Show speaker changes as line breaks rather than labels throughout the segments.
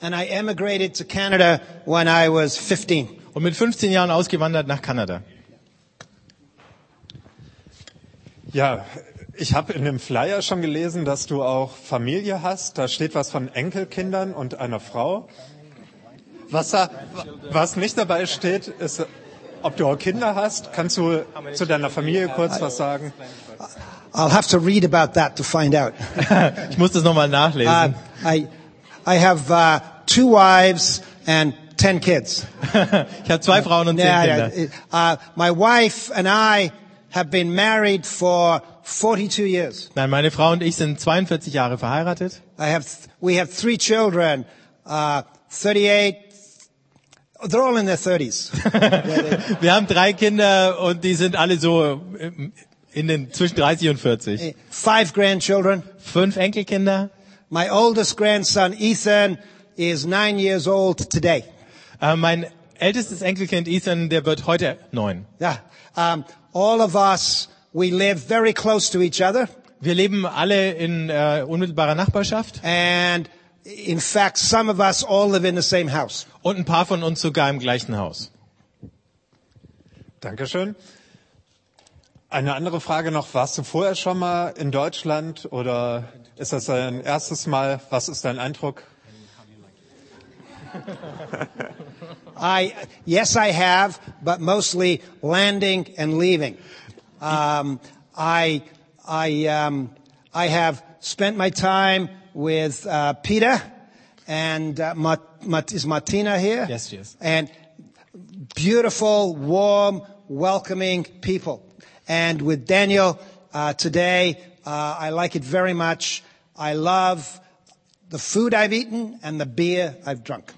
and I emigrated to Canada when I was 15.
und mit 15 Jahren ausgewandert nach Kanada.
Ja, ich habe in dem Flyer schon gelesen, dass du auch Familie hast. Da steht was von Enkelkindern und einer Frau. Was, da, was nicht dabei steht, ist, ob du auch Kinder hast. Kannst du zu deiner Familie kurz was sagen?
I'll have to read about that to find out.
Ich muss das nochmal nachlesen.
Uh, I, I have uh, two wives and 10 kids.
ich habe zwei Frauen und zehn
Yeah,
Kinder.
yeah, uh, my wife and I have been married for 42 years.
Nein, meine Frau und ich sind 42 Jahre verheiratet.
I have th- we have three children, uh, 38. They're all in their 30s.
Wir haben drei Kinder und die sind alle so ähm, in den zwischen 30 und 40.
Five grandchildren.
Fünf Enkelkinder.
My oldest grandson, Ethan, is nine years old today.
Äh, mein ältestes Enkelkind Ethan, der wird heute neun.
Yeah. Um, all of us, we live very close to each other.
Wir leben alle in äh, unmittelbarer Nachbarschaft
And in fact, some of us all live in the same house.
und ein paar von uns sogar im gleichen Haus.
Dankeschön. Eine andere Frage noch. Warst du vorher schon mal in Deutschland oder ist das dein erstes Mal? Was ist dein Eindruck?
I, yes, I have, but mostly landing and leaving. Um, I, I, um, I have spent my time with uh, Peter and uh, Mart, Mart, is Martina here?
Yes, she is.
And beautiful, warm, welcoming people. And with Daniel uh, today, uh, I like it very much. I love the food I've eaten and the beer I've drunk.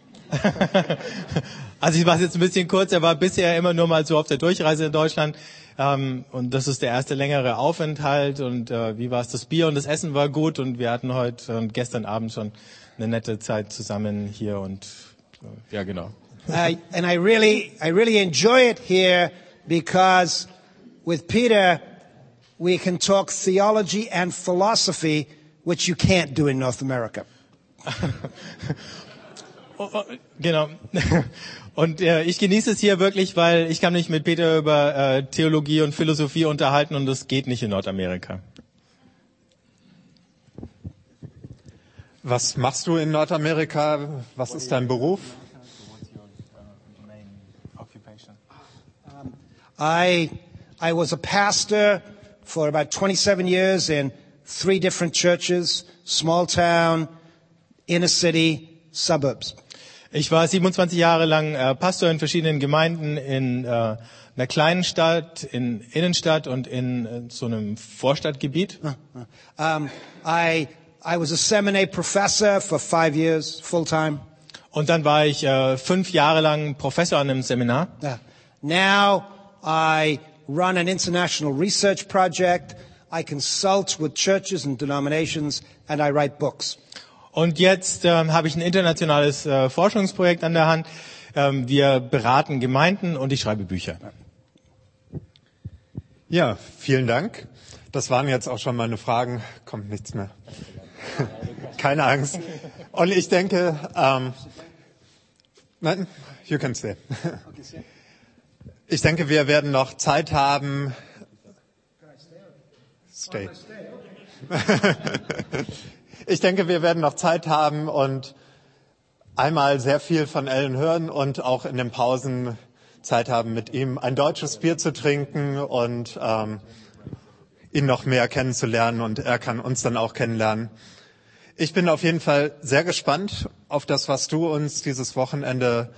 Also ich mache jetzt ein bisschen kurz. Er war bisher immer nur mal so auf der Durchreise in Deutschland. Ähm, und das ist der erste längere Aufenthalt. Und äh, wie war es? Das Bier und das Essen war gut. Und wir hatten heute und gestern Abend schon eine nette Zeit zusammen hier. Und äh, ja, genau.
I, and I really, I really enjoy it here because with Peter, we can talk theology and philosophy, which you can't do in North America.
Oh, oh, genau. Und äh, ich genieße es hier wirklich, weil ich kann mich mit Peter über äh, Theologie und Philosophie unterhalten und das geht nicht in Nordamerika.
Was machst du in Nordamerika? Was ist dein Beruf?
I, I was a pastor for about 27 years in three different churches, small town, inner city, suburbs.
Ich war 27 Jahre lang äh, Pastor in verschiedenen Gemeinden in äh, einer kleinen Stadt, in Innenstadt und in äh, so einem Vorstadtgebiet.
Um, I, I was a seminary professor for five years, full time.
Und dann war ich äh, fünf Jahre lang Professor an einem Seminar.
Yeah. Now I run an international research project. I consult with churches and denominations, and I write books.
Und jetzt ähm, habe ich ein internationales äh, Forschungsprojekt an der Hand. Ähm, wir beraten Gemeinden und ich schreibe Bücher.
Ja, vielen Dank. Das waren jetzt auch schon meine Fragen. Kommt nichts mehr. Keine Angst. Und ich denke, ähm, nein, you can stay. Ich denke, wir werden noch Zeit haben. Stay. Ich denke, wir werden noch Zeit haben und einmal sehr viel von Ellen hören und auch in den Pausen Zeit haben, mit ihm ein deutsches Bier zu trinken und ähm, ihn noch mehr kennenzulernen und er kann uns dann auch kennenlernen. Ich bin auf jeden Fall sehr gespannt auf das, was du uns dieses Wochenende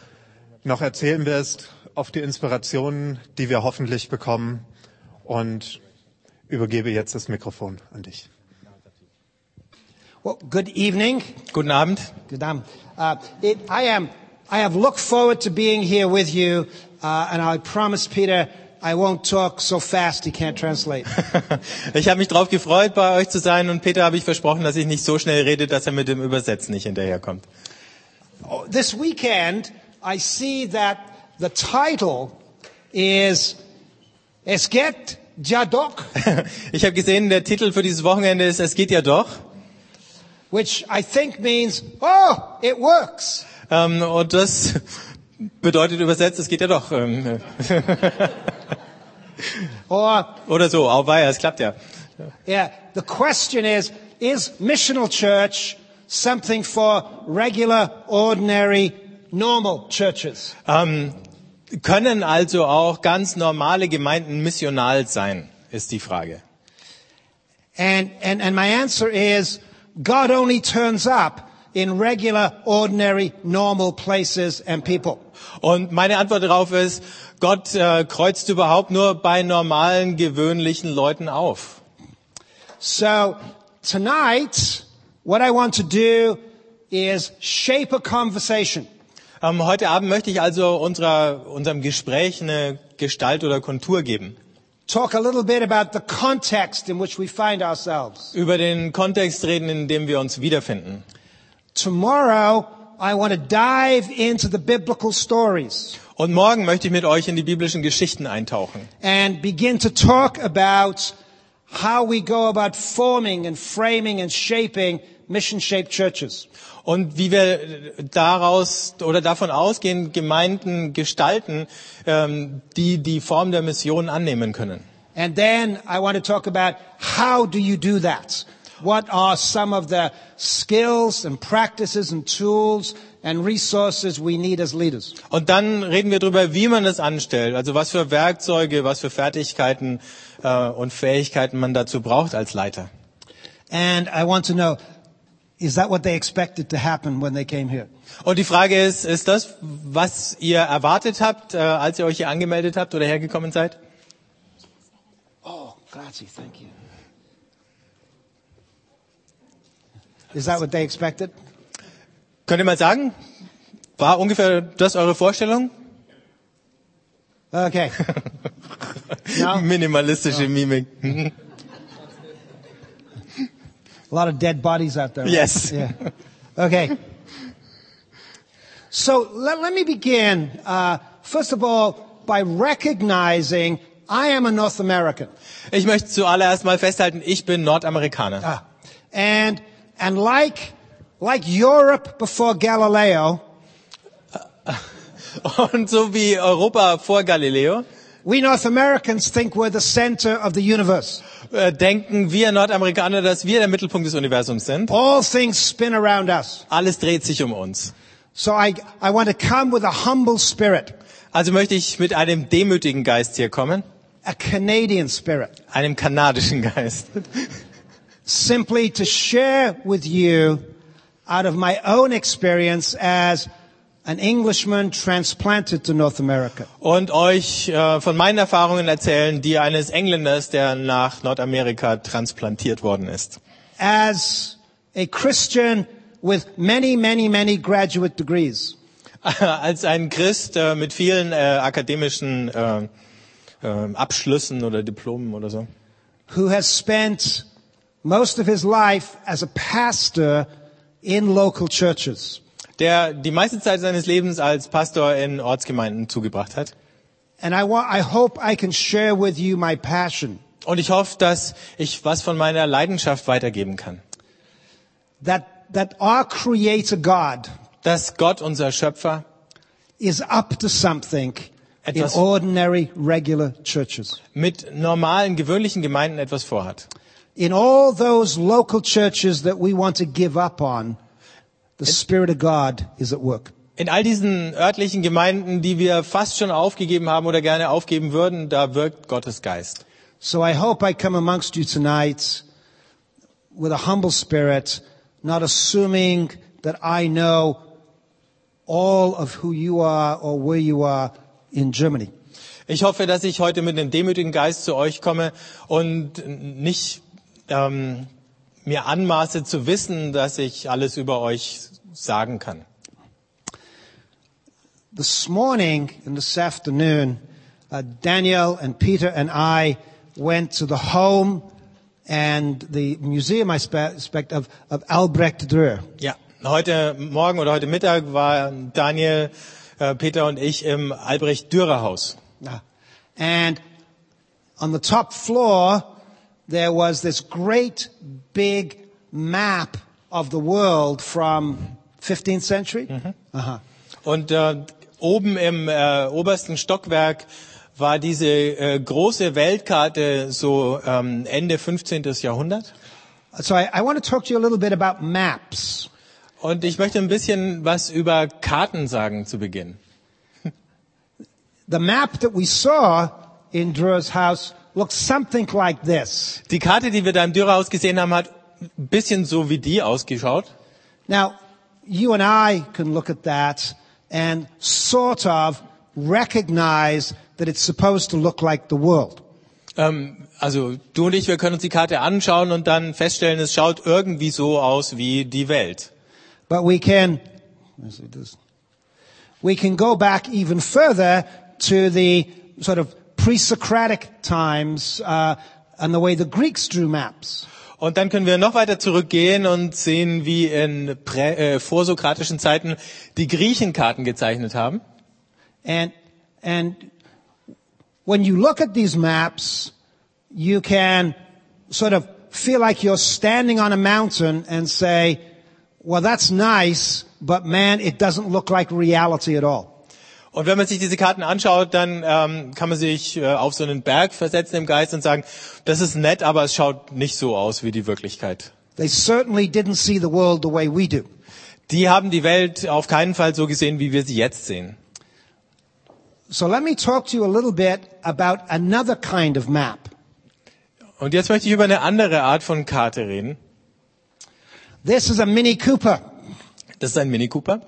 noch erzählen wirst, auf die Inspirationen, die wir hoffentlich bekommen und übergebe jetzt das Mikrofon an dich.
Well, good evening.
Guten Abend.
Good um, uh, it, I am. I have looked forward to being here with you, uh, and I promise Peter I won't talk so fast he can't translate.
Ich habe mich drauf gefreut, bei euch zu sein und Peter habe ich versprochen, dass ich nicht so schnell rede, dass er mit dem Übersetzen nicht hinterherkommt.
Oh, this weekend, I see that the title is "Es geht ja doch."
Ich habe gesehen, der Titel für dieses Wochenende ist Es geht ja doch.
which I think means, oh, it works.
Ähm, und das bedeutet übersetzt, es geht ja doch. Ähm,
Or,
oder so, auweia, es klappt ja.
yeah, the question is, is missional church something for regular, ordinary, normal churches?
Ähm, können also auch ganz normale Gemeinden missional sein, ist die Frage.
And, and, and my answer is God only turns up in regular, ordinary, normal places and people.
Und meine Antwort darauf ist, Gott äh, kreuzt überhaupt nur bei normalen, gewöhnlichen Leuten auf.
So tonight, what I want to do is shape a conversation.
Ähm, heute Abend möchte ich also unserer, unserem Gespräch eine Gestalt oder Kontur geben.
Talk a little bit about the context in which we find ourselves.
Über den Kontext reden, in dem wir uns wiederfinden.
Tomorrow, I want to dive into the biblical stories
Und morgen möchte ich mit euch in die biblischen Geschichten eintauchen
and begin to talk about how we go about forming and framing and shaping mission-shaped churches.
und wie wir daraus oder davon ausgehen, Gemeinden gestalten, ähm, die die Form der Mission annehmen können.
And then I want to talk about how do you do that? What are some of the skills and practices and tools and resources we need as leaders?
Und dann reden wir darüber, wie man das anstellt, also was für Werkzeuge, was für Fertigkeiten äh, und Fähigkeiten man dazu braucht als Leiter.
And I want to know, is that what they expected to happen when they came here?
Und die Frage ist, ist das, was ihr erwartet habt, äh, als ihr euch hier angemeldet habt oder hergekommen seid?
Oh, grazie, thank you. Is that what they expected?
Könnt ihr mal sagen, war ungefähr das eure Vorstellung?
Okay. Ja.
Minimalistische Mimik.
A lot of dead bodies out there. right?
Yes.
Yeah. Okay. So let, let me begin, uh, first of all, by recognizing I am a North American.
Ich möchte zuallererst mal festhalten, ich bin Nordamerikaner.
Ah. And, and like, like Europe before Galileo, Ah.
Und so wie Europa vor Galileo,
we North Americans think we're the center of the universe.
äh, denken wir Nordamerikaner, dass wir der Mittelpunkt des Universums sind.
All things spin around us.
Alles dreht sich um uns.
So I, I want to come with a humble spirit,
Also möchte ich mit einem demütigen Geist hier kommen,
a Canadian spirit,
einem kanadischen Geist.
simply to share with you out of my own experience as an Englishman transplanted to North America.
und euch äh, von meinen Erfahrungen erzählen, die eines Engländers, der nach Nordamerika transplantiert worden ist.
As a Christian with many, many, many graduate degrees.
Als ein Christ äh, mit vielen äh, akademischen äh, äh, Abschlüssen oder Diplomen oder so,
who has spent most of his life as a pastor in local churches.
der die meiste Zeit seines Lebens als Pastor in Ortsgemeinden zugebracht hat.
And I, want, I hope I can share with you my passion
Und ich hoffe, dass ich was von meiner Leidenschaft weitergeben kann.
that, that our Creator God
Dass Gott, unser Schöpfer,
is up to something in
Etwas-
ordinary, regular churches.
mit normalen, gewöhnlichen Gemeinden etwas vorhat.
In all those local churches that we want to give up on, the Spirit of God is at work.
In all diesen örtlichen Gemeinden, die wir fast schon aufgegeben haben oder gerne aufgeben würden, da wirkt Gottes Geist.
So I hope I come amongst you tonight with a humble spirit, not assuming that I know all of who you are or where you are in Germany.
Ich hoffe, dass ich heute mit einem demütigen Geist zu euch komme und nicht ähm, mir anmaße zu wissen, dass ich alles über euch sagen kann.
This morning and this afternoon, uh, Daniel and Peter and I went to the home and the museum, I spe- expect, of, of Albrecht Dürer.
Ja, heute Morgen oder heute Mittag waren Daniel, äh, Peter und ich im Albrecht-Dürer-Haus.
Ah. And on the top floor, there was this great big map of the world from 15th century. Uh-huh.
Und äh, oben im äh, obersten Stockwerk war diese äh, große Weltkarte so ähm, Ende 15. Jahrhundert.
So I, I want to talk to you a little bit about maps.
Und ich möchte ein bisschen was über Karten sagen zu Beginn.
The map that we saw in Drew's house looks something like this.
Die Karte, die wir da im Dürerhaus gesehen haben, hat ein bisschen so wie die ausgeschaut.
Now, you and I can look at that and sort of recognize that it's supposed to look like the world.
Ähm, also du und ich, wir können uns die Karte anschauen und dann feststellen, es schaut irgendwie so aus wie die Welt.
But we can, let's see this. we can go back even further to the sort of pre-Socratic times uh, and the way the Greeks drew maps.
Und dann können wir noch weiter zurückgehen und sehen, wie in prä, äh, vorsokratischen Zeiten die Griechen Karten gezeichnet haben.
And, and when you look at these maps, you can sort of feel like you're standing on a mountain and say, well, that's nice, but man, it doesn't look like reality at all.
Und wenn man sich diese Karten anschaut, dann ähm, kann man sich äh, auf so einen Berg versetzen im Geist und sagen, das ist nett, aber es schaut nicht so aus wie die Wirklichkeit.
They certainly didn't see the world the way we do.
Die haben die Welt auf keinen Fall so gesehen, wie wir sie jetzt sehen.
So let me talk to you a little bit about another kind of map.
Und jetzt möchte ich über eine andere Art von Karte reden.
This is a Mini Cooper,
Das ist ein Mini Cooper.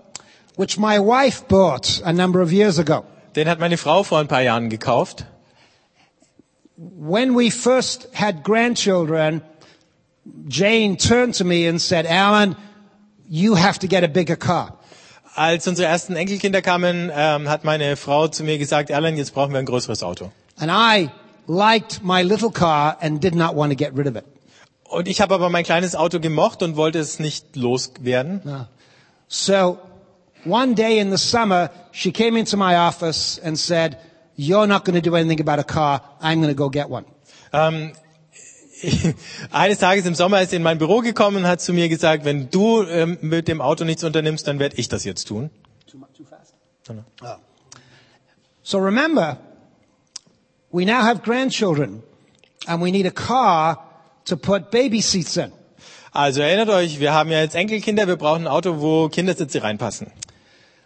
which my wife bought a number of years ago.
Den hat meine Frau vor ein paar Jahren gekauft.
When we first had grandchildren, Jane turned to me and said, Alan, you have to get a bigger car.
Als unsere ersten Enkelkinder kamen, ähm, hat meine Frau zu mir gesagt, Alan, jetzt brauchen wir ein größeres Auto.
And I liked my little car and did not want to get rid of it.
Und ich habe aber mein kleines Auto gemocht und wollte es nicht loswerden.
So one day in the summer, she came into my office and said, you're not going to do anything about a car. I'm going to go get one.
Ähm, eines Tages im Sommer ist sie in mein Büro gekommen und hat zu mir gesagt, wenn du ähm, mit dem Auto nichts unternimmst, dann werde ich das jetzt tun.
So remember, we now have grandchildren and we need a car to put baby seats in.
Also erinnert euch, wir haben ja jetzt Enkelkinder, wir brauchen ein Auto, wo Kindersitze reinpassen.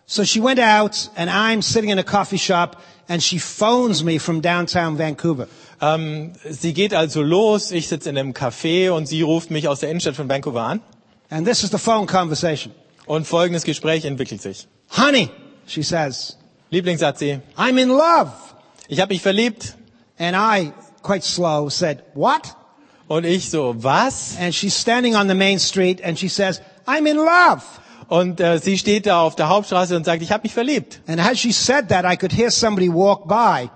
So she went out and I'm sitting in a coffee shop and she phones me from downtown Vancouver.
Ähm, sie geht also los, ich sitze in einem Café und sie ruft mich aus der Innenstadt von Vancouver an.
And this is the phone conversation.
Und folgendes Gespräch entwickelt sich.
Honey, she says,
Liebling, sagt sie,
I'm in love.
ich habe mich verliebt.
And I, quite slow, said, what?
Und ich so, was?
And she's standing on the main street and she says, I'm in love.
Und äh, sie steht da auf der Hauptstraße und sagt, ich habe mich verliebt.
And as she said that, I could hear somebody walk by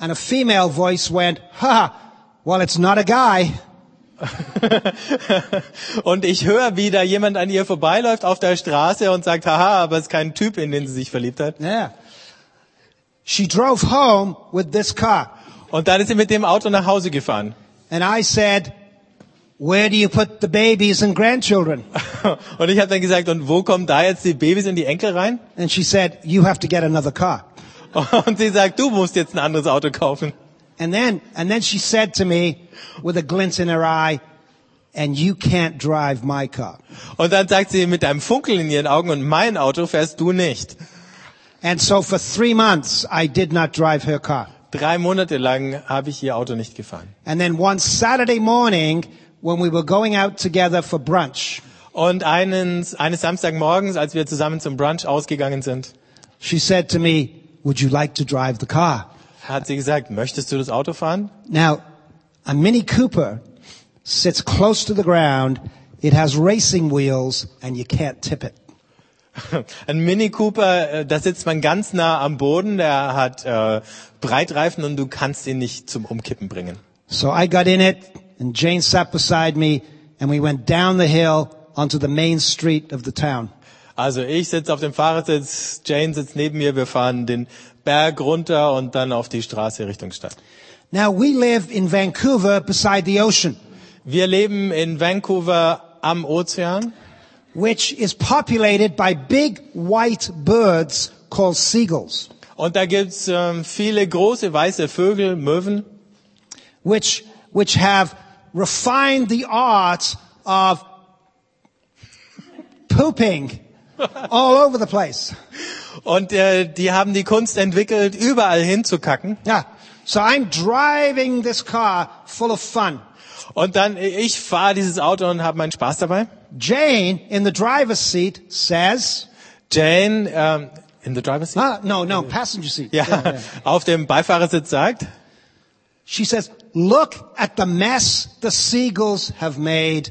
and a female voice went, ha, well, it's not a guy.
und ich höre, wie da jemand an ihr vorbeiläuft auf der Straße und sagt, haha, aber es ist kein Typ, in den sie sich verliebt hat.
Yeah. She drove home with this car.
Und dann ist sie mit dem Auto nach Hause gefahren.
And I said, where do you put the babies and grandchildren?
Und ich habe dann gesagt, und wo kommen da jetzt die Babys in die Enkel rein?
And she said, you have to get another car.
Und sie sagt, du musst jetzt ein anderes Auto kaufen.
And then, and then she said to me with a glint in her eye, and you can't drive my car.
Und dann sagt sie mit einem Funkel in ihren Augen, und mein Auto fährst du nicht.
And so for three months, I did not drive her car.
Drei Monate lang habe ich ihr Auto nicht gefahren.
And then one Saturday morning, when we were going out together for brunch,
Und eines, eines Samstagmorgens, als wir zusammen zum Brunch ausgegangen sind,
she said to me, would you like to drive the car?
hat sie gesagt, möchtest du das Auto fahren?
Now, a Mini Cooper sits close to the ground. It has racing wheels and you can't tip it.
Ein Mini Cooper, äh, da sitzt man ganz nah am Boden, der hat äh, Breitreifen und du kannst ihn nicht zum Umkippen bringen.
So I got in it and Jane sat beside me and we went down the hill onto the main street of the town.
Also ich sitze auf dem Fahrersitz, Jane sitzt neben mir, wir fahren den Berg runter und dann auf die Straße Richtung Stadt.
Now we live in Vancouver beside the ocean.
Wir leben in Vancouver am Ozean,
which is populated by big white birds called seagulls,
und da gibt's ähm, viele große weiße Vögel, Möwen,
which, which have refined the art of pooping all over the place.
und äh, die haben die Kunst entwickelt, überall hinzukacken.
Yeah. So I'm driving this car full of fun.
Und dann, äh, ich fahre dieses Auto und habe meinen Spaß dabei.
Jane in the driver's seat says,
Jane ähm, in the driver's seat,
ah, no, no, passenger seat.
ja, auf dem Beifahrersitz sagt,
She says, look at the mess the seagulls have made.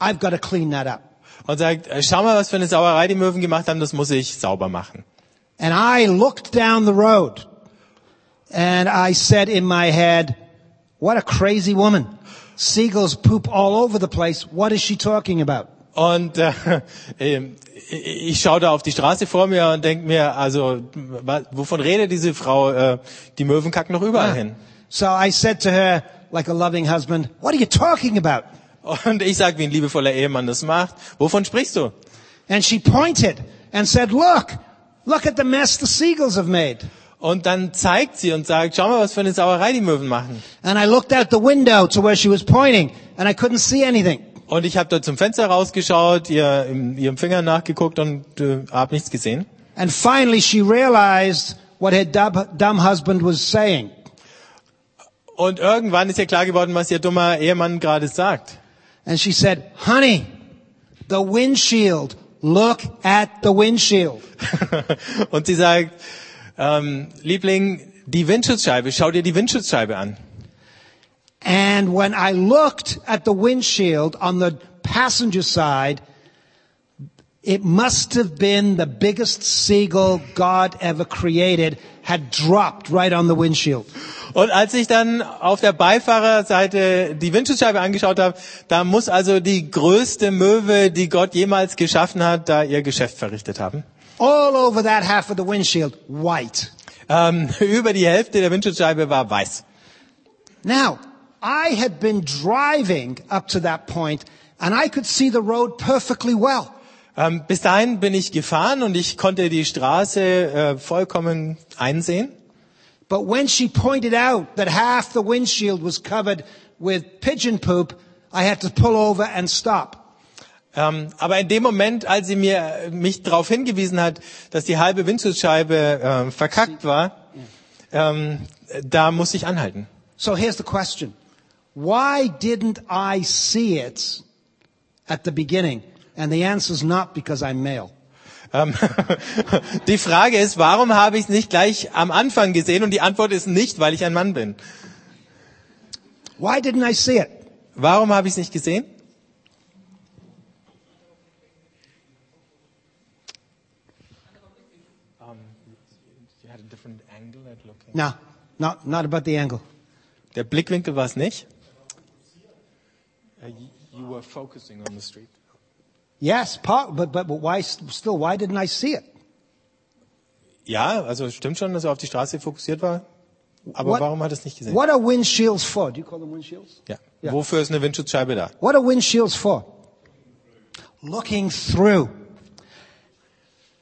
I've got to clean that up.
und sagt, äh, schau mal, was für eine Sauerei die Möwen gemacht haben, das muss ich sauber machen.
And I looked down the road and I said in my head, what a crazy woman. Seagulls poop all over the place. What is she talking about?
Und äh, ähm, ich schaue da auf die Straße vor mir und denke mir, also wa- wovon redet diese Frau? Äh, die Möwen kacken noch überall hin.
So I said to her, like a loving husband, what are you talking about?
Und ich sage, wie ein liebevoller Ehemann das macht. Wovon sprichst du?
And she pointed and said, look, look at the mess the seagulls have made.
Und dann zeigt sie und sagt, schau mal, was für eine Sauerei die Möwen machen.
And I looked out the window to where she was pointing and I couldn't see anything.
Und ich habe da zum Fenster rausgeschaut, ihr im, ihrem Finger nachgeguckt und äh, habe nichts gesehen.
And finally she realized what her dub, dumb husband was saying.
Und irgendwann ist ihr klar geworden, was ihr dummer Ehemann gerade sagt.
And she said, honey, the windshield, look at the windshield.
und sie sagt, ähm, Liebling, die Windschutzscheibe, schau dir die Windschutzscheibe an.
And when I looked at the windshield on the passenger side, it must have been the biggest seagull God ever created had dropped right on the windshield.
Und als ich dann auf der Beifahrerseite die Windschutzscheibe angeschaut habe, da muss also die größte Möwe, die Gott jemals geschaffen hat, da ihr Geschäft verrichtet haben.
All over that half of the windshield, white.
Ähm, über die Hälfte der Windschutzscheibe war weiß.
Now, I had been driving up to that point and I could see the road perfectly well.
Ähm, bis dahin bin ich gefahren und ich konnte die Straße äh, vollkommen einsehen.
But when she pointed out that half the windshield was covered with pigeon poop, I had to pull over and stop.
Ähm, aber in dem Moment, als sie mir äh, mich darauf hingewiesen hat, dass die halbe Windschutzscheibe ähm, verkackt war, ähm, da muss ich anhalten.
So here's the question. Why didn't I see it at the beginning? And the answer's not because I'm male.
Ähm, die Frage ist, warum habe ich es nicht gleich am Anfang gesehen? Und die Antwort ist nicht, weil ich ein Mann bin.
Why didn't I see it?
Warum habe ich es nicht gesehen? Um,
No, not, not about the angle.
Der Blickwinkel war es nicht.
Yes, part, but, but, but why, s- still, why didn't I see it?
Ja, also stimmt schon, dass er auf die Straße fokussiert war. Aber
What-
warum hat er es nicht gesehen?
What are windshields for? Do you call them windshields?
Ja.
Ja.
Wofür ist eine Windschutzscheibe da?
What are windshields for? Looking through.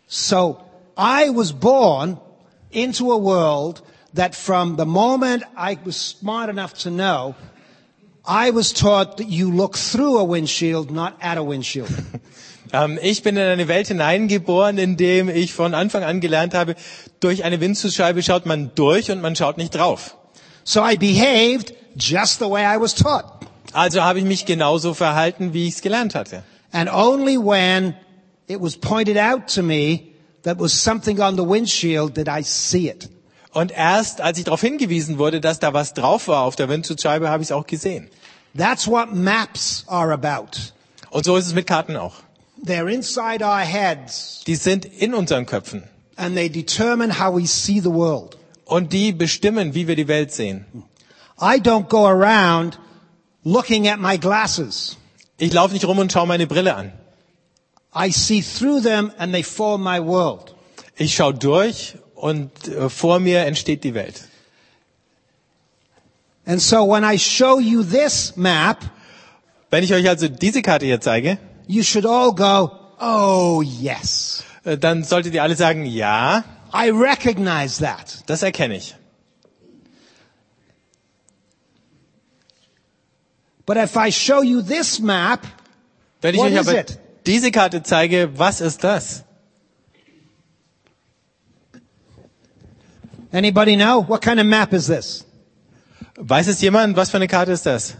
So I was born into a world that from the moment I was smart enough to know, I was taught that you look through a windshield, not at a windshield.
Ähm, ich bin in eine Welt hineingeboren, in dem ich von Anfang an gelernt habe, durch eine Windschutzscheibe schaut man durch und man schaut nicht drauf.
so I behaved just the way I was taught.
Also habe ich mich genauso verhalten, wie ich es gelernt hatte.
And only when it was pointed out to me that was something on the windshield did I see it.
Und erst als ich darauf hingewiesen wurde, dass da was drauf war auf der Windschutzscheibe, habe ich es auch gesehen.
That's what maps are about.
Und so ist es mit Karten auch.
They're inside our heads
Die sind in unseren Köpfen.
and they determine how we see the world.
Und die bestimmen, wie wir die Welt sehen.
I don't go around looking at my glasses.
Ich laufe nicht rum und schaue meine Brille an.
I see through them and they form my world.
Ich schaue durch und äh, vor mir entsteht die Welt.
And so when I show you this map,
Wenn ich euch also diese Karte hier zeige,
you should all go, oh yes.
äh, dann solltet ihr alle sagen, ja,
I recognize that.
das erkenne ich.
But if I show you this map,
Wenn ich
What
euch
is
aber
it?
diese Karte zeige, was ist das?
anybody know? What kind of map is this?
Weiß es jemand, was für eine Karte ist das?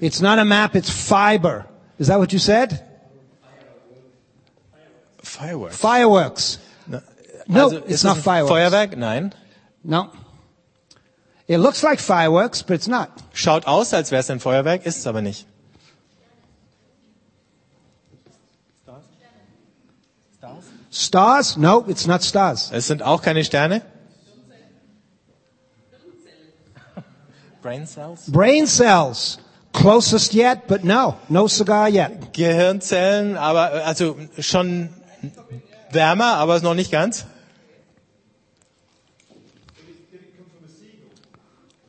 It's not a map, it's fiber. Is that what you said?
Fireworks.
Fireworks. No,
also,
it's
ist
not
es ein
fireworks.
Feuerwerk? Nein.
No. It looks like fireworks, but it's not.
Schaut aus, als wäre es ein Feuerwerk, ist es aber nicht.
Stars? No, it's not stars.
Es sind auch keine Sterne. Brain Cells?
Brain cells. Closest yet, but no. No cigar yet.
Gehirnzellen, aber äh, also schon wärmer, aber noch nicht ganz.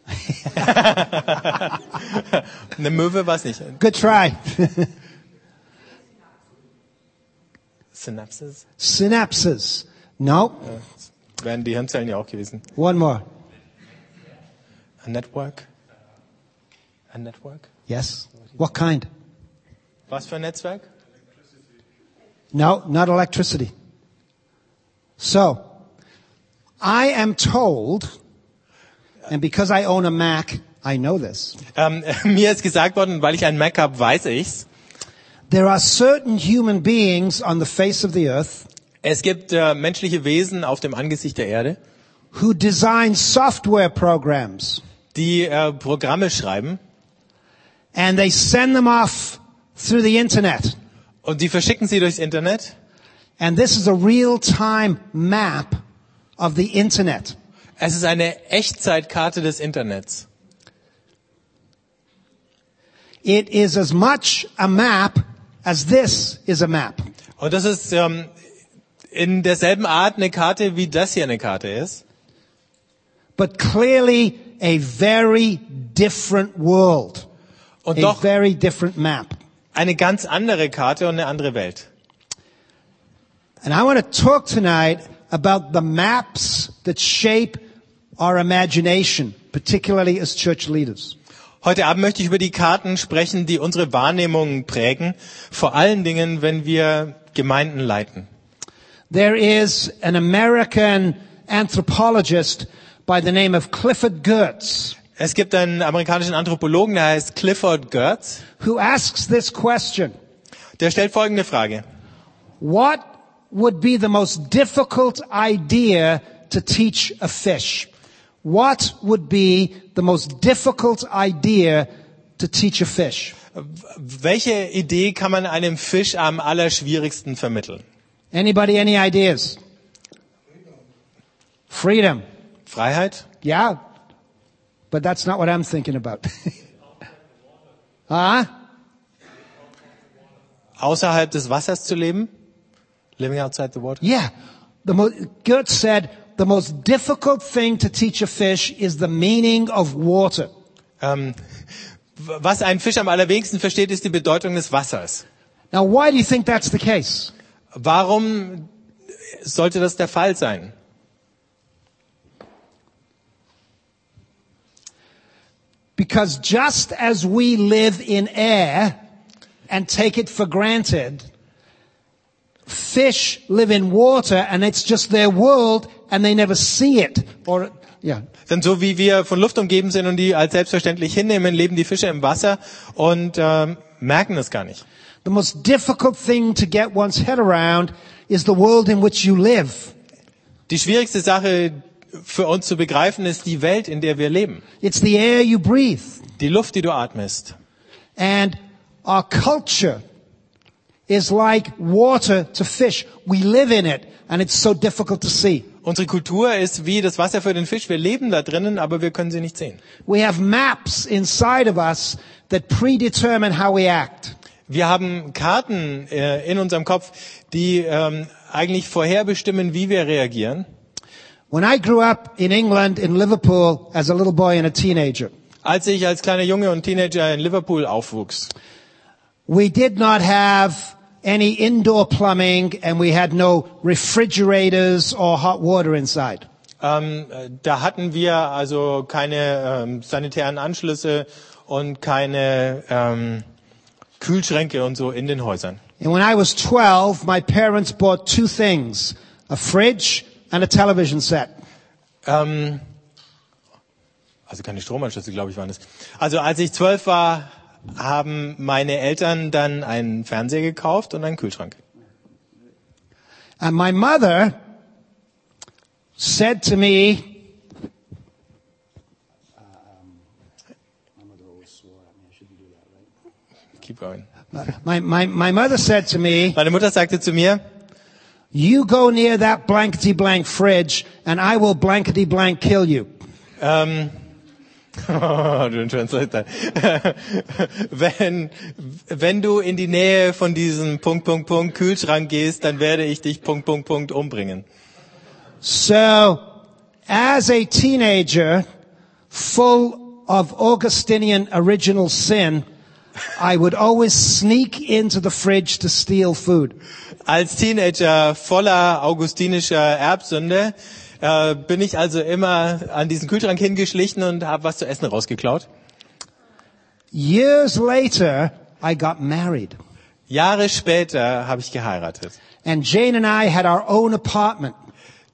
Eine Möwe war es nicht.
Good try.
Synapses?
Synapses. No.
Wären die Hirnzellen ja auch gewesen.
One more.
A network? A network?
Yes. What kind?
Was für ein Netzwerk?
No, not electricity. So, I am told, and because I own a Mac, I know this.
Ähm, mir ist gesagt worden, weil ich ein Mac habe, weiß ich's.
There are certain human beings on the face of the earth
Es gibt äh, menschliche Wesen auf dem Angesicht der Erde,
who design software programs
die äh, Programme schreiben
and they send them off through the internet.
und die verschicken sie durchs Internet.
And this is a real-time map of the internet.
Es ist eine Echtzeitkarte des Internets.
It is as much a map as this is a map.
Und das ist ähm, in derselben Art eine Karte, wie das hier eine Karte ist.
but clearly a very different world,
Und
a
Oh, doch
very different map.
eine ganz andere Karte und eine andere Welt.
And I want to talk tonight about the maps that shape our imagination, particularly as church leaders.
Heute Abend möchte ich über die Karten sprechen, die unsere Wahrnehmungen prägen, vor allen Dingen, wenn wir Gemeinden leiten.
There is an American anthropologist by the name of Clifford Geertz
Es gibt einen amerikanischen Anthropologen, der heißt Clifford Geertz,
who asks this question.
der stellt folgende Frage.
What would be the most difficult idea to teach a fish? What would be the most difficult idea to teach a fish?
Welche Idee kann man einem Fisch am allerschwierigsten vermitteln?
Anybody, any ideas? Freedom.
Freiheit?
Yeah. But that's not what I'm thinking about. huh?
Außerhalb des Wassers zu leben? Living outside the water?
Yeah. The mo- Goethe said, the most difficult thing to teach a fish is the meaning of water.
Ähm, w- was ein Fisch am allerwenigsten versteht, ist die Bedeutung des Wassers.
Now, why do you think that's the case?
Warum sollte das der Fall sein?
Because just as we live in air and take it for granted, fish live in water and it's just their world and they never see it. Or, yeah.
Denn so wie wir von Luft umgeben sind und die als selbstverständlich hinnehmen, leben die Fische im Wasser und ähm, merken es gar nicht.
The most difficult thing to get one's head around is the world in which you live.
Die schwierigste Sache für uns zu begreifen ist die Welt, in der wir leben.
It's the air you breathe.
Die Luft, die du atmest.
And our culture is like water to fish. We live in it and it's so difficult to see.
Unsere Kultur ist wie das Wasser für den Fisch. Wir leben da drinnen, aber wir können sie nicht sehen.
We have maps inside of us that predetermine how we act.
Wir haben Karten äh, in unserem Kopf, die ähm, eigentlich vorherbestimmen, wie wir reagieren.
When I grew up in England, in Liverpool, as a little boy and a teenager,
als ich als kleiner Junge und Teenager in Liverpool aufwuchs.
We did not have any indoor plumbing and we had no refrigerators or hot water inside.
Ähm, äh, da hatten wir also keine ähm, sanitären Anschlüsse und keine ähm, Kühlschränke und so in den Häusern.
And when I was 12, my parents bought two things, a fridge and a television set.
Ähm, also keine Stromanschlüsse, glaube ich, waren es. Also als ich zwölf war, haben meine Eltern dann einen Fernseher gekauft und einen Kühlschrank.
And my mother said to me,
Keep going.
my, my, my mother said to me,
Meine Mutter sagte zu mir,
you go near that blankety blank fridge and I will blankety blank kill you.
ähm, du Translator. wenn, wenn du in die Nähe von diesem Punkt, Punkt, Punkt Kühlschrank gehst, dann werde ich dich Punkt, Punkt, Punkt umbringen.
So, as a teenager, full of Augustinian original sin, I would always sneak into the fridge to steal food.
Als Teenager voller augustinischer Erbsünde äh, bin ich also immer an diesen Kühlschrank hingeschlichen und habe was zu essen rausgeklaut.
Years later, I got married.
Jahre später habe ich geheiratet.
And Jane and I had our own apartment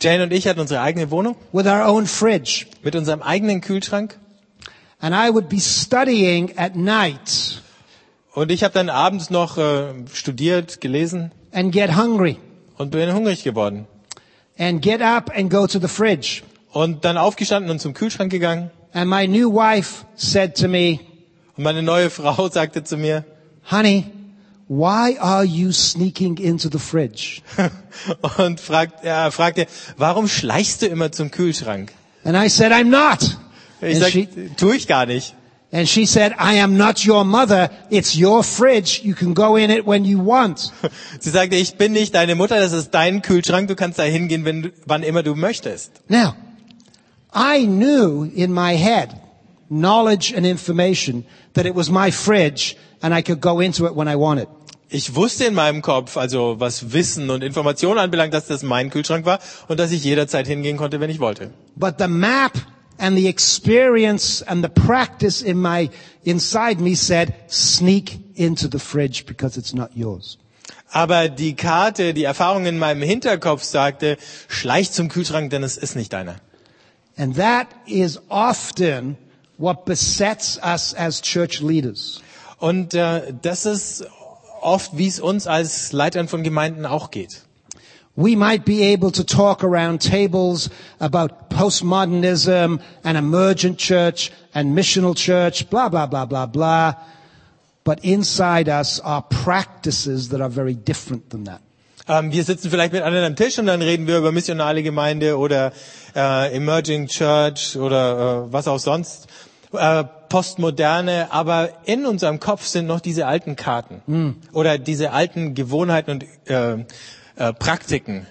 Jane und ich hatten unsere eigene Wohnung
with our own fridge.
mit unserem eigenen Kühlschrank
And I would be studying at night
und ich habe dann abends noch äh, studiert, gelesen
and get hungry
und bin hungrig geworden.
and get up and go to the fridge.
Und dann aufgestanden und zum Kühlschrank gegangen
And my new wife said to me,
und meine neue Frau sagte zu mir,
Honey, why are you sneaking into the fridge?
und fragt, äh, fragte, warum schleichst du immer zum Kühlschrank?
And I said, I'm not.
Ich
And she,
sage, tu ich gar nicht.
and she said, I am not your mother. It's your fridge. You can go in it when you want.
Sie sagte, ich bin nicht deine Mutter, das ist dein Kühlschrank, du kannst da hingehen, wenn, du- wann immer du möchtest.
Now, I knew in my head, knowledge and information, that it was my fridge and I could go into it when I wanted.
Ich wusste in meinem Kopf, also was Wissen und Information anbelangt, dass das mein Kühlschrank war und dass ich jederzeit hingehen konnte, wenn ich wollte.
But the map and the experience and the practice in my, inside me said, sneak into the fridge because it's not yours.
Aber die Karte, die Erfahrung in meinem Hinterkopf sagte, schleich zum Kühlschrank, denn es ist nicht deiner.
And that is often what besets us as church leaders.
Und äh, das ist oft, wie es uns als Leitern von Gemeinden auch geht.
We might be able to talk around tables about postmodernism and emergent church and missional church, blah, blah, blah, blah, blah. But inside us are practices that are very different than that.
Ähm, wir sitzen vielleicht mit anderen am Tisch und dann reden wir über missionale Gemeinde oder äh, Emerging Church oder äh, was auch sonst. Äh, Postmoderne, aber in unserem Kopf sind noch diese alten Karten oder diese alten Gewohnheiten und äh, äh, Praktiken.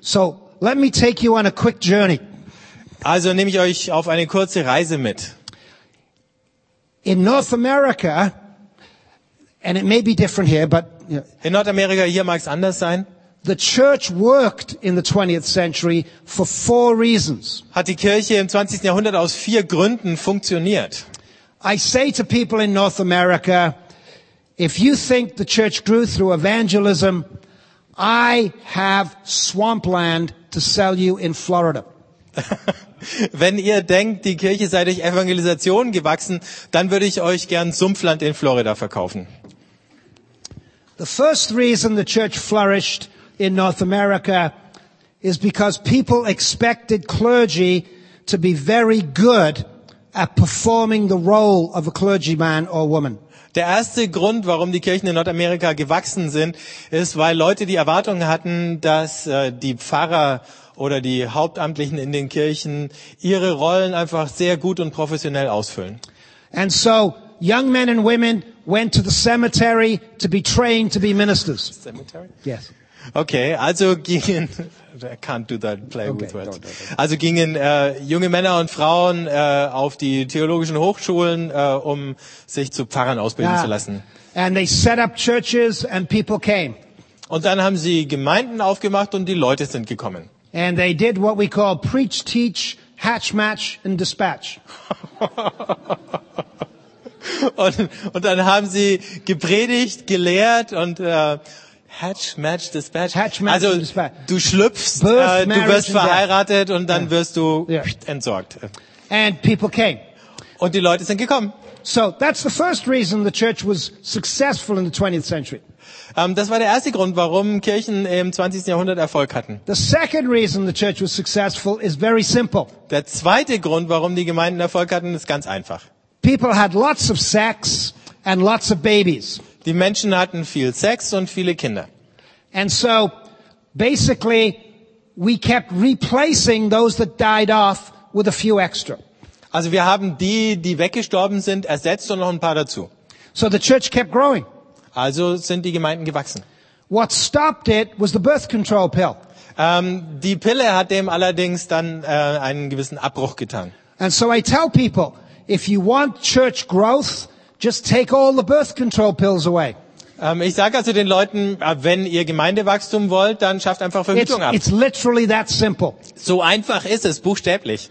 So let me take you on a quick journey.
Also nehme ich euch auf eine kurze Reise mit.
In North America, and it may be different here, but you know,
In Nordamerika, hier mag es anders sein,
the church worked in the 20th century for four reasons.
hat die Kirche im 20. Jahrhundert aus vier Gründen funktioniert.
I say to people in North America, if you think the church grew through evangelism, I have swampland to sell you in Florida.
Wenn ihr denkt, die Kirche sei durch Evangelisation gewachsen, dann würde ich euch gern Sumpfland in Florida verkaufen.
The first reason the church flourished in North America is because people expected clergy to be very good at performing the role of a clergyman or woman.
Der erste Grund, warum die Kirchen in Nordamerika gewachsen sind, ist, weil Leute die Erwartung hatten, dass äh, die Pfarrer oder die Hauptamtlichen in den Kirchen ihre Rollen einfach sehr gut und professionell ausfüllen.
And so young men and women went to the cemetery to be trained to be ministers. Yes.
Okay, also gingen, I can't do that, play
Okay,
with words.
don't, don't,
Also gingen äh, junge Männer und Frauen äh, auf die theologischen Hochschulen, äh, um sich zu Pfarrern ausbilden zu lassen.
Uh, And they set up churches and people came.
Und dann haben sie Gemeinden aufgemacht und die Leute sind gekommen.
And they did what we call preach, teach, hatch, match, and dispatch.
Und, und dann haben sie gepredigt, gelehrt und äh, Hatch, Match, Dispatch.
Hatch, Match,
also
Dispatch.
du schlüpfst,
Birth,
äh, du
marriage
wirst
and death.
verheiratet und dann wirst du
Ja.
entsorgt.
And people came.
Und die Leute sind gekommen.
So that's the first reason the church was successful in the 20th century.
Ähm, das war der erste Grund, warum Kirchen im 20. Jahrhundert Erfolg hatten.
The second reason the church was successful is very simple.
Der zweite Grund, warum die Gemeinden Erfolg hatten, ist ganz einfach.
People had lots of sex and lots of babies.
Die Menschen hatten viel Sex und viele Kinder.
And so basically we kept replacing those that died off with a few extra.
Also wir haben die, die weggestorben sind, ersetzt und noch ein paar dazu.
So the church kept growing.
Also sind die Gemeinden gewachsen.
What stopped it was the birth control pill.
Ähm, die Pille hat dem allerdings dann äh, einen gewissen Abbruch getan.
And so I tell people, if you want church growth, just take all the birth control pills away.
Ähm, ich sage also den Leuten, äh, wenn ihr Gemeindewachstum wollt, dann schafft einfach
It's,
Verhütung ab.
it's literally that simple.
So einfach ist es, buchstäblich.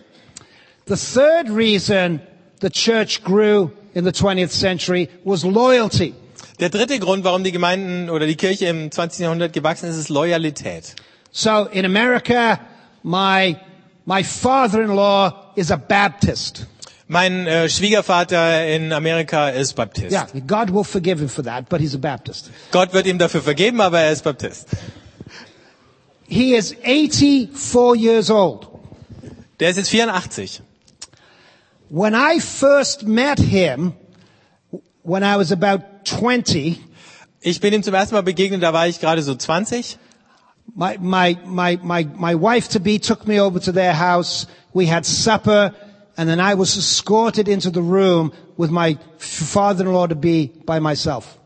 The third reason the church grew in the 20th century was loyalty.
Der dritte Grund, warum die Gemeinden oder die Kirche im 20. Jahrhundert gewachsen ist, ist Loyalität.
So in America, my, my father-in-law is a Baptist.
Mein äh, Schwiegervater in Amerika ist Baptist.
Yeah, God will forgive him for that, but he's a Baptist.
Gott wird ihm dafür vergeben, aber er ist Baptist.
He is 84 years old.
Der ist jetzt 84.
When I first met him, when I was about 20,
Ich bin ihm zum ersten Mal begegnet, da war ich gerade so 20.
My, my, my, my, my wife to be took me over to their house. We had supper and then I was escorted into the room with my father-in-law to be by myself.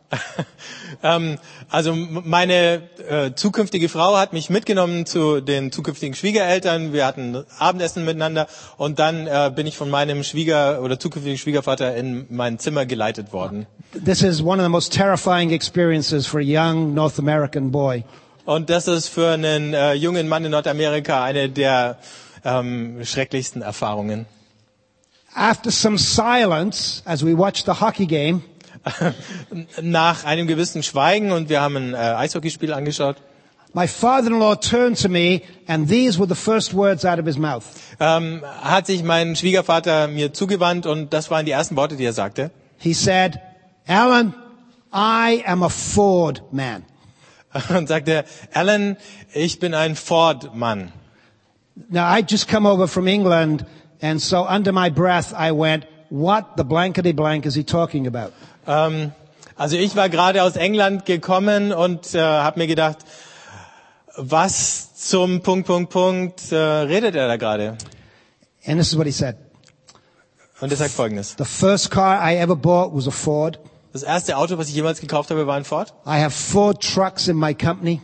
Ähm, also m- meine äh, zukünftige Frau hat mich mitgenommen zu den zukünftigen Schwiegereltern. Wir hatten Abendessen miteinander und dann äh, bin ich von meinem Schwieger oder zukünftigen Schwiegervater in mein Zimmer geleitet worden.
This is one of the most terrifying experiences for a young North American boy.
Und das ist für einen äh, jungen Mann in Nordamerika eine der ähm, schrecklichsten Erfahrungen.
After some silence, as we watched the hockey game,
Nach einem gewissen Schweigen und wir haben ein äh, Eishockeyspiel angeschaut.
my father-in-law turned to me and these were the first words out of his mouth.
ähm, hat sich mein Schwiegervater mir zugewandt und das waren die ersten Worte, die er sagte.
He said, Alan, I am a Ford man.
Und sagte, Alan, ich bin ein Ford-Mann.
Now I'd just come over from England, and so under my breath I went, "What the blankety blank is he talking about?"
Ähm, also ich war gerade aus England gekommen und äh, habe mir gedacht, was zum Punkt, Punkt, Punkt äh, redet er da gerade?
And this is what he said:
Und er sagt folgendes.
"The first car I ever bought was a Ford.
Das erste Auto, was ich jemals gekauft habe, war ein Ford.
I have Ford trucks in my company,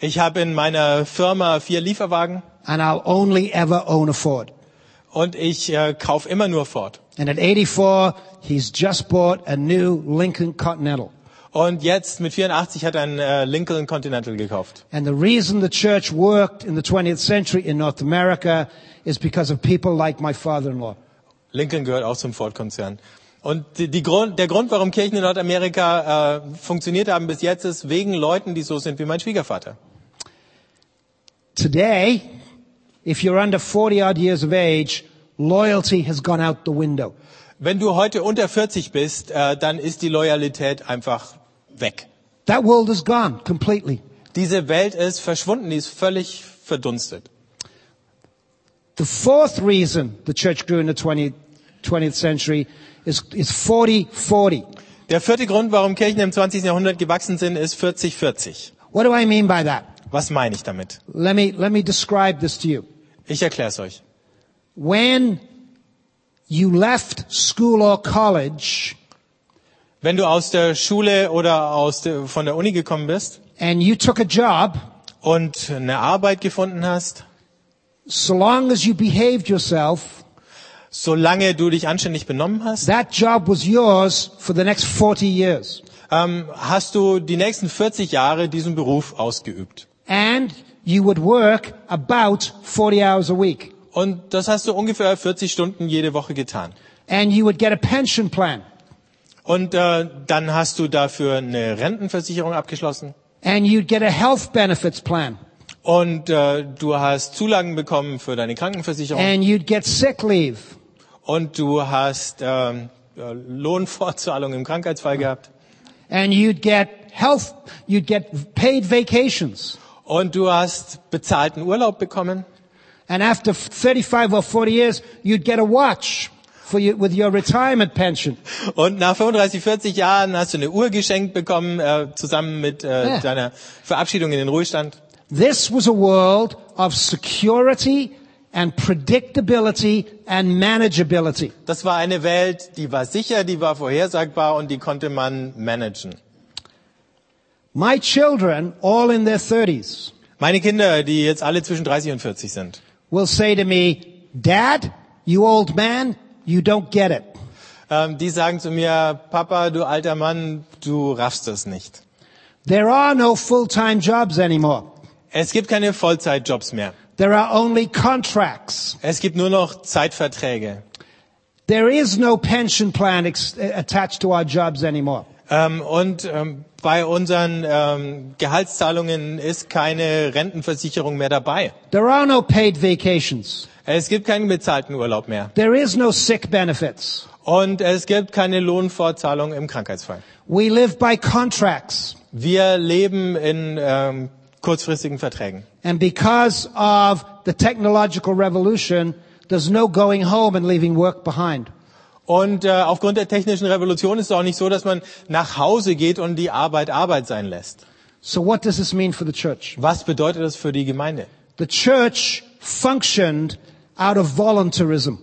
Ich habe in meiner Firma vier Lieferwagen
and I'll only ever own a Ford."
und ich äh, kaufe immer nur Ford.
And at 84, he's just bought a new Lincoln Continental.
Und jetzt mit 84 hat er einen äh, Lincoln Continental gekauft.
And the reason the church worked in the 20th century in North America is because of people like my father-in-law.
Lincoln gehört auch zum Ford-Konzern. Und die, die Grund, der Grund, warum Kirchen in Nordamerika äh, funktioniert haben bis jetzt, ist wegen Leuten, die so sind wie mein Schwiegervater.
Today, if you're under 40 odd years of age, loyalty has gone out the window.
Wenn du heute unter 40 bist, äh, dann ist die Loyalität einfach weg.
That world is gone completely.
Diese Welt ist verschwunden, die ist völlig verdunstet.
The fourth reason the church grew in the 20th, 20th century is, is 40-40.
Der vierte Grund, warum Kirchen im 20. Jahrhundert gewachsen sind, ist 40-40.
What do I mean by that?
Was meine ich damit?
Let me, let me describe this to you.
Ich erkläre es euch.
When you left school or college
Wenn du aus der Schule oder aus der, von der Uni gekommen bist
and you took a job,
und eine Arbeit gefunden hast,
so long as you behaved yourself,
solange du dich anständig benommen hast,
that job was yours for the next 40 years.
ähm, hast du die nächsten 40 Jahre diesen Beruf ausgeübt.
And you would work about 40 hours a week.
Und das hast du ungefähr 40 Stunden jede Woche getan.
And you would get a pension plan.
Und äh, dann hast du dafür eine Rentenversicherung abgeschlossen
And you'd get a health benefits plan.
und äh, du hast Zulagen bekommen für deine Krankenversicherung
And you'd get sick leave.
und du hast ähm, äh, Lohnfortzahlung im Krankheitsfall gehabt
And you'd get health, you'd get paid vacations.
und du hast bezahlten Urlaub bekommen
And after 35 or 40 years, you'd get a watch for you, with your retirement pension.
und nach 35, 40 Jahren hast du eine Uhr geschenkt bekommen, äh, zusammen mit äh,
Ja.
deiner Verabschiedung in den Ruhestand.
This was a world of security and predictability and manageability.
Das war eine Welt, die war sicher, die war vorhersagbar und die konnte man managen.
My children, all in their 30s,
Meine Kinder, die jetzt alle zwischen 30 und 40 sind,
will say to me, Dad, you old man, you don't get it.
ähm, die sagen zu mir, Papa, du alter Mann, du raffst es nicht.
There are no full-time jobs anymore.
Es gibt keine Vollzeitjobs mehr.
There are only contracts.
Es gibt nur noch Zeitverträge.
There is no pension plan ex- attached to our jobs anymore.
Ähm, und ähm, bei unseren ähm, Gehaltszahlungen ist keine Rentenversicherung mehr dabei.
There are no paid vacations.
Es gibt keinen bezahlten Urlaub mehr.
There is no sick benefits.
Und es gibt keine Lohnfortzahlung im Krankheitsfall.
We live by contracts.
Wir leben in ähm, kurzfristigen Verträgen.
And because of the technological revolution, there's no going home and leaving work behind.
Und äh, aufgrund der technischen Revolution ist es auch nicht so, dass man nach Hause geht und die Arbeit Arbeit sein lässt.
So what does this mean for the church?
Was bedeutet das für die Gemeinde?
The church functioned out of voluntarism.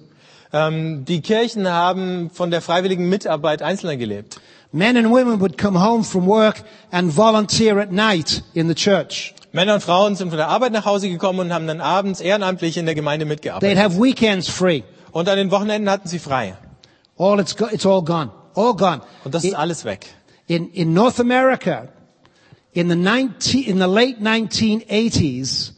Ähm, die Kirchen haben von der freiwilligen Mitarbeit Einzelner gelebt.
Men and women would come home from work and volunteer at night in the church.
Männer und Frauen sind von der Arbeit nach Hause gekommen und haben dann abends ehrenamtlich in der Gemeinde
They'd
mitgearbeitet.
have weekends free.
Und an den Wochenenden hatten sie frei.
All it's, go- it's all gone. All gone.
Und das ist alles weg.
In, in North America, in the, 19, in the late 1980s,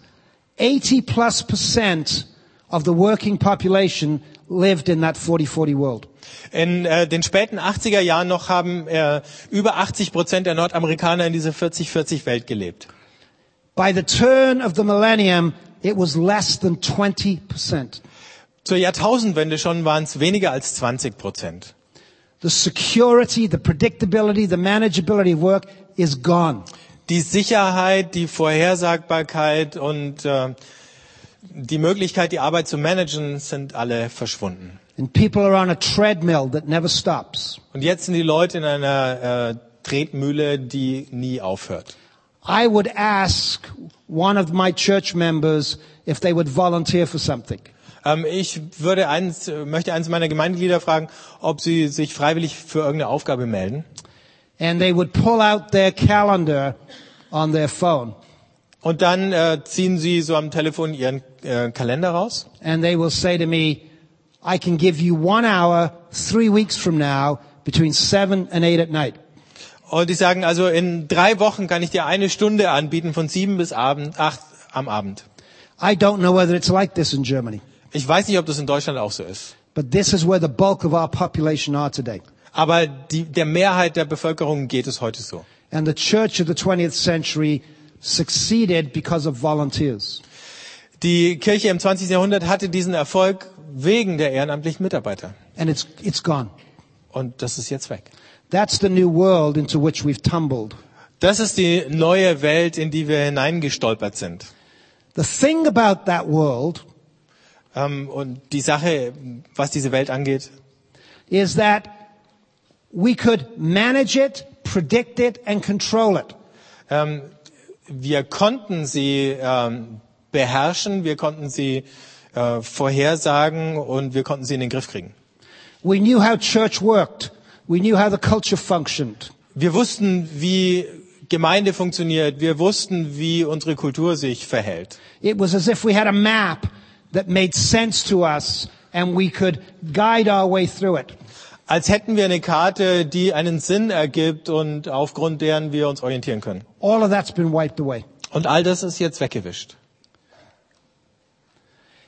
80 plus percent of the working population lived in that 40-40 world.
In äh, den späten 80er Jahren noch haben äh, über 80 Prozent der Nordamerikaner in dieser 40-40-Welt gelebt.
By the turn of the millennium, it was less than 20%.
Zur Jahrtausendwende schon waren es weniger als 20 Prozent.
The security, the predictability, the manageability of work is gone.
die Sicherheit, die Vorhersagbarkeit und äh, die Möglichkeit, die Arbeit zu managen, sind alle verschwunden.
And people are on a treadmill that never stops.
Und jetzt sind die Leute in einer äh, Tretmühle, die nie aufhört.
I would ask one of my church members if they would volunteer for something.
Ähm, ich würde eins, äh, möchte eins meiner Gemeindeglieder fragen, ob sie sich freiwillig für irgendeine Aufgabe melden.
and they would pull out their calendar on their phone
Und dann äh, ziehen sie so am Telefon ihren äh, Kalender raus.
and they will say to me, I can give you one hour three weeks from now between seven and eight at night.
Und die sagen, also in drei Wochen kann ich dir eine Stunde anbieten von sieben bis Abend, acht am Abend.
I don't know whether it's like this in Germany,
Ich weiß nicht, ob das in Deutschland auch so ist.
but this is where the bulk of our population are today.
Aber die, der Mehrheit der Bevölkerung geht es heute so.
And the church of the 20th century succeeded because of volunteers.
Die Kirche im 20. Jahrhundert hatte diesen Erfolg wegen der ehrenamtlichen Mitarbeiter.
And it's, it's gone.
Und das ist jetzt weg.
That's the new world into which we've tumbled.
Das ist die neue Welt, in die wir hineingestolpert sind.
The thing about that world
Ähm, und die Sache, was diese Welt angeht,
is that we could manage it, predict it, and control it.
ähm, wir konnten sie ähm, beherrschen, wir konnten sie äh, vorhersagen und wir konnten sie in den Griff kriegen.
We knew how church worked. We knew how the culture functioned.
Wir wussten, wie Gemeinde funktioniert. Wir wussten, wie unsere Kultur sich verhält.
It was as if we had a map that made sense to us and we could guide our way through it.
Als hätten wir eine Karte, die einen Sinn ergibt und aufgrund deren wir uns orientieren können.
All of that's been wiped away.
Und all das ist jetzt weggewischt.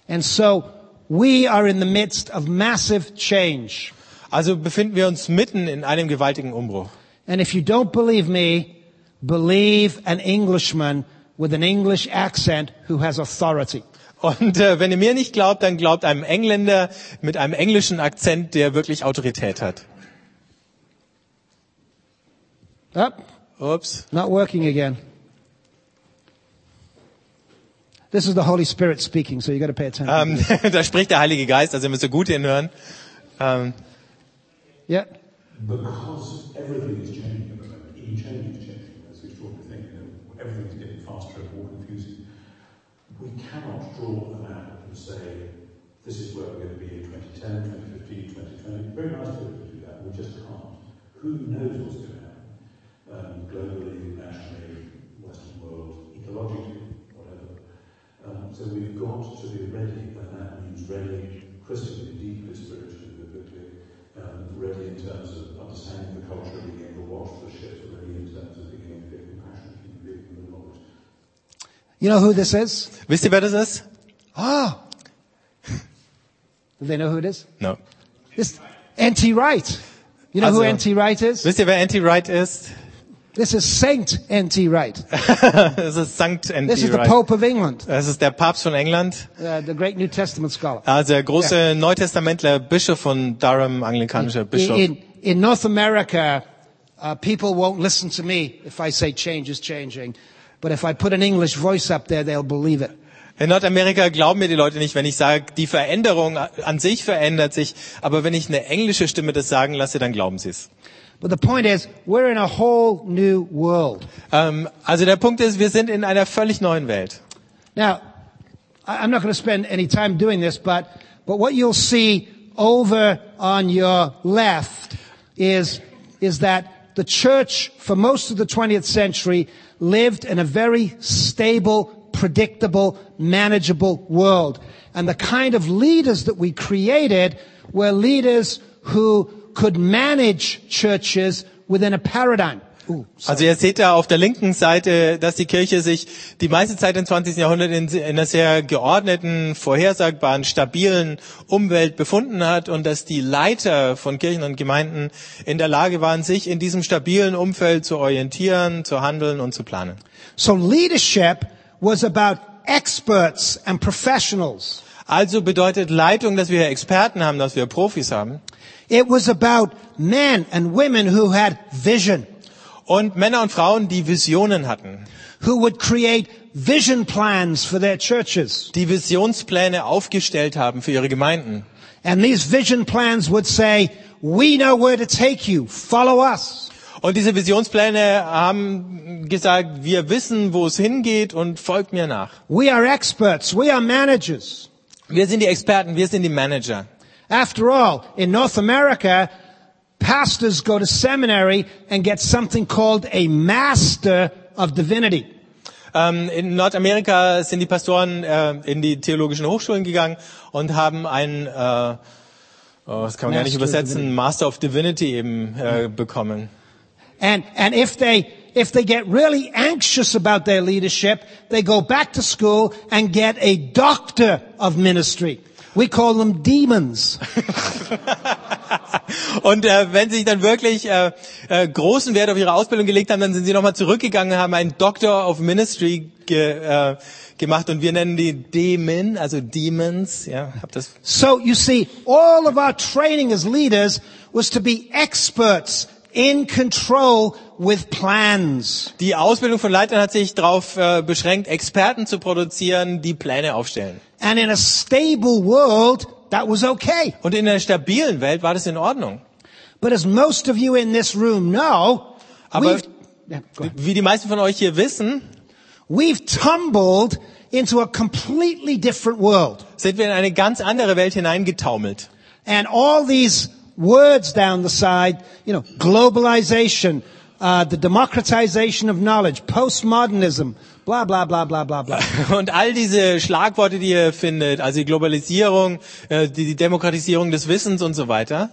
And so we are in the midst of massive change.
Also befinden wir uns mitten in einem gewaltigen Umbruch.
And if you don't believe me, believe an Englishman with an English accent who has authority.
Und äh, wenn ihr mir nicht glaubt, dann glaubt einem Engländer mit einem englischen Akzent, der wirklich Autorität hat.
Oh,
Ups.
not working again. This is the Holy Spirit speaking, so you got to pay attention.
Ähm, da spricht der Heilige Geist, also ihr müsst ihr gut hinhören. Ähm,
yeah.
But because everything is changing at the moment, even change is changing, that's the extraordinary thing, you know, everything's getting faster and more confusing, we cannot draw a map and say, this is where we're going to be in 2010, 2015, 2020. Very nice to do that, we just can't. Who knows what's going to happen? Um, globally, nationally, Western world, ecologically, whatever. Um, so we've got to be ready, and that means ready, Christianly, deeply spiritually, biblically, um, ready in terms of understanding the culture, being able to watch the shift, ready in terms of being able to be a compassionate human being in the knowledge.
You know who this is?
wisst ihr, wer das ist?
Oh. Do they know who it is?
No.
This N.T. Wright. You know who
Also-
N.T. Wright is?
Wisst ihr, wer Anti Wright ist?
This is Saint N.T. Wright.
Das ist Sankt Anti
This is the
Wright.
Pope of England,
Das ist der Papst von England,
uh, the great New Testament scholar.
also der große Neutestamentler, Bischof von Durham, anglikanischer Bischof.
In, in North America, uh, people won't listen to me if I say change is changing. But if I put an English voice up there, they'll believe it.
In Nordamerika glauben mir die Leute nicht, wenn ich sage, die Veränderung an sich verändert sich, aber wenn ich eine englische Stimme das sagen lasse, dann glauben sie es.
But the point is, we're in a whole new world.
Ähm, also der Punkt ist, wir sind in einer völlig neuen Welt.
Now, I- I'm not going to spend any time doing this, but, but what you'll see over on your left is, is that the church for most of the 20th century lived in a very stable, predictable, manageable world. And the kind of leaders that we created were leaders who could manage churches within a paradigm. Ooh,
Also ihr seht da auf der linken Seite, dass die Kirche sich die meiste Zeit im 20. Jahrhundert in, in einer sehr geordneten, vorhersagbaren, stabilen Umwelt befunden hat und dass die Leiter von Kirchen und Gemeinden in der Lage waren, sich in diesem stabilen Umfeld zu orientieren, zu handeln und zu planen.
So leadership was about experts and professionals.
Also bedeutet Leitung, dass wir Experten haben, dass wir Profis haben
It was about men and women who had vision,
und Männer und Frauen, die Visionen hatten,
who would create vision plans for their churches.
die Visionspläne aufgestellt haben für ihre Gemeinden.
And these vision plans would say, we know where to take you. Follow us.
Und diese Visionspläne haben gesagt, wir wissen, wo es hingeht und folgt mir nach.
We are experts. We are managers.
Wir sind die Experten, wir sind die Manager.
After all, in North America, pastors go to seminary and get something called a master of divinity.
Ähm, in Nordamerika sind die Pastoren äh, in die theologischen Hochschulen gegangen und haben einen, äh, oh, das kann man gar
Master of
nicht übersetzen,
Divinity.
Master of Divinity eben äh, bekommen.
And, and if they, if they get really anxious about their leadership, they go back to school and get a doctor of ministry. We call them demons.
Und äh, wenn sie sich dann wirklich äh, äh, großen Wert auf ihre Ausbildung gelegt haben, dann sind sie nochmal zurückgegangen, haben einen Doctor of Ministry ge, äh, gemacht und wir nennen die Demon, also Demons. Ja, hab das.
So you see, all of our training as leaders was to be experts in control with plans.
Die Ausbildung von Leitern hat sich darauf äh, beschränkt, Experten zu produzieren, die Pläne aufstellen.
And in a stable world, that was okay.
Und in einer stabilen Welt war das in Ordnung.
But as most of you in this room know,
Aber-
we've, Yeah, go ahead.
Wie die meisten von euch hier wissen,
we've tumbled into a completely different world.
sind wir in eine ganz andere Welt hineingetaumelt.
And all these words down the side, you know, globalization, uh, the democratization of knowledge, postmodernism, blah, blah, blah, blah, blah, blah.
Und all diese Schlagworte, die ihr findet, also die Globalisierung, äh, die die Demokratisierung des Wissens und so weiter,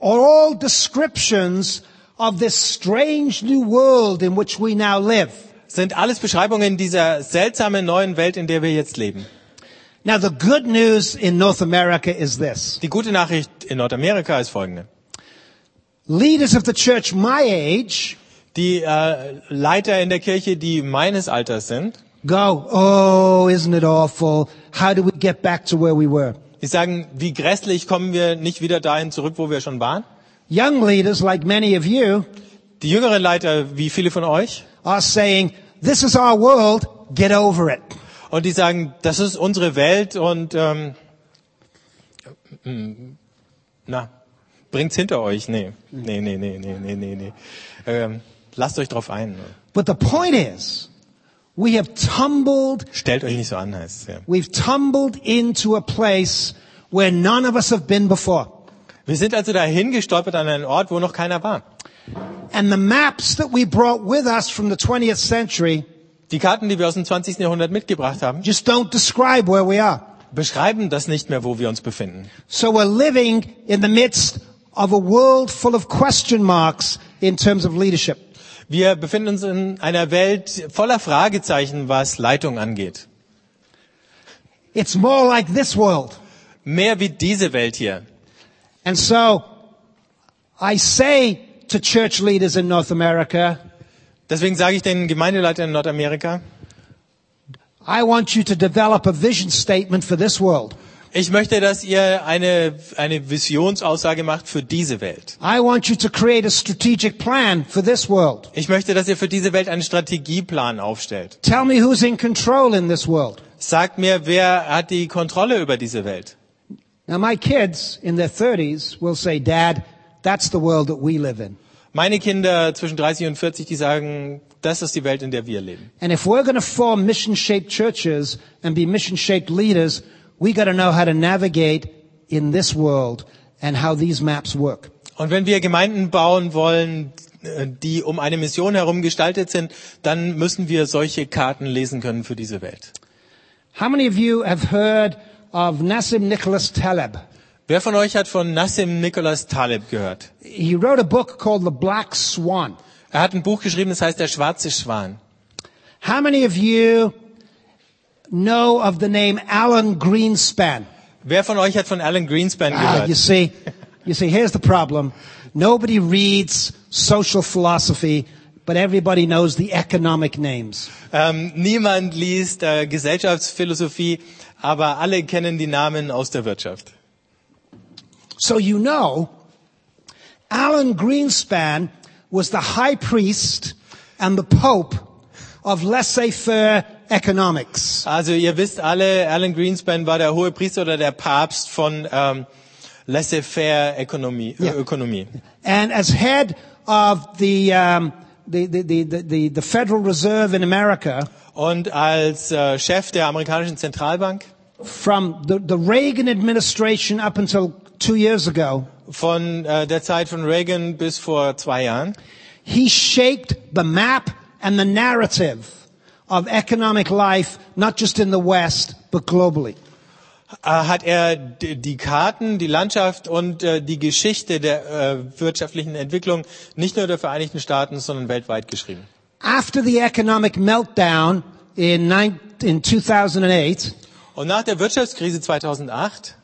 are all descriptions of this strange new world in which we now live.
sind alles Beschreibungen dieser seltsamen neuen Welt, in der wir jetzt leben.
Now, the good news in North America is this.
Die gute Nachricht in Nordamerika ist folgende.
Leaders of the church my age
Die äh, Leiter in der Kirche, die meines Alters sind,
go, oh, isn't it awful? How do we get back to where we were?
die sagen, wie grässlich kommen wir nicht wieder dahin zurück, wo wir schon waren.
Young leaders, like many of you,
Die jüngeren Leiter, wie viele von euch,
are saying, this is our world, get over it.
und die sagen, das ist unsere Welt und ähm, mm, na, bringt's hinter euch. Nee, nee, nee, nee, nee, nee, nee. nee. Ähm, lasst euch drauf ein.
But the point is, we have tumbled,
Stellt euch nicht so an, heißt ja.
we've tumbled into a place where none of us have been before.
Wir sind also dahin gestolpert an einen Ort, wo noch keiner war.
And the maps that we brought with us from the 20th century
Die Karten, die wir aus dem 20. Jahrhundert mitgebracht haben,
just don't describe where we are.
beschreiben das nicht mehr, wo wir uns befinden.
So we're living in the midst of a world full of question marks in terms of leadership.
Wir befinden uns in einer Welt voller Fragezeichen, was Leitung angeht.
It's more like this world.
Mehr wie diese Welt hier.
And so I say to church leaders in North America,
Deswegen sage ich den Gemeindeleitern in Nordamerika,
I want you to develop a vision statement for this world.
ich möchte, dass ihr eine, eine Visionsaussage macht für diese Welt.
I want you to create a strategic plan for this world.
Ich möchte, dass ihr für diese Welt einen Strategieplan aufstellt.
Tell me who's in control in this world.
Sagt mir, wer hat die Kontrolle über diese Welt?
Now my kids in their 30s will say, Dad, that's the world that we live in.
Meine Kinder zwischen 30 und 40, die sagen, das ist die Welt, in der wir leben.
And if we're going to form mission-shaped churches and be mission-shaped leaders, we got to know how to navigate in this world and how these maps work.
Und wenn wir Gemeinden bauen wollen, äh, die um eine Mission herum gestaltet sind, dann müssen wir solche Karten lesen können für diese Welt.
How many of you have heard of Nassim Nicholas Taleb?
Wer von euch hat von Nassim Nicholas Taleb gehört?
He wrote a book called The Black Swan.
Er hat ein Buch geschrieben, das heißt Der schwarze Schwan.
How many of you know of the name Alan Greenspan?
Wer von euch hat von Alan Greenspan
Ah, you
gehört?
see, you see, here's the problem. Nobody reads social philosophy, but everybody knows the economic names.
Ähm, niemand liest äh, Gesellschaftsphilosophie, aber alle kennen die Namen aus der Wirtschaft.
So you know, Alan Greenspan was the high priest and the pope of laissez-faire economics.
Also ihr wisst alle, Alan Greenspan war der hohe Priester oder der Papst von ähm, laissez-faire Ökonomie.
Ja.
Ö- Ökonomie.
And as head of the, um, the, the, the, the- the, the Federal Reserve in America,
Und als äh, Chef der amerikanischen Zentralbank
from the, the Reagan administration up until two years ago,
von äh, der Zeit von Reagan bis vor zwei Jahren,
He shaped the map and the narrative of economic life, not just in the West, but globally.
äh, hat er d- die Karten, die Landschaft und äh, die Geschichte der äh, wirtschaftlichen Entwicklung nicht nur der Vereinigten Staaten, sondern weltweit geschrieben.
After the economic meltdown in, nine, in 2008,
Und nach der Wirtschaftskrise 2008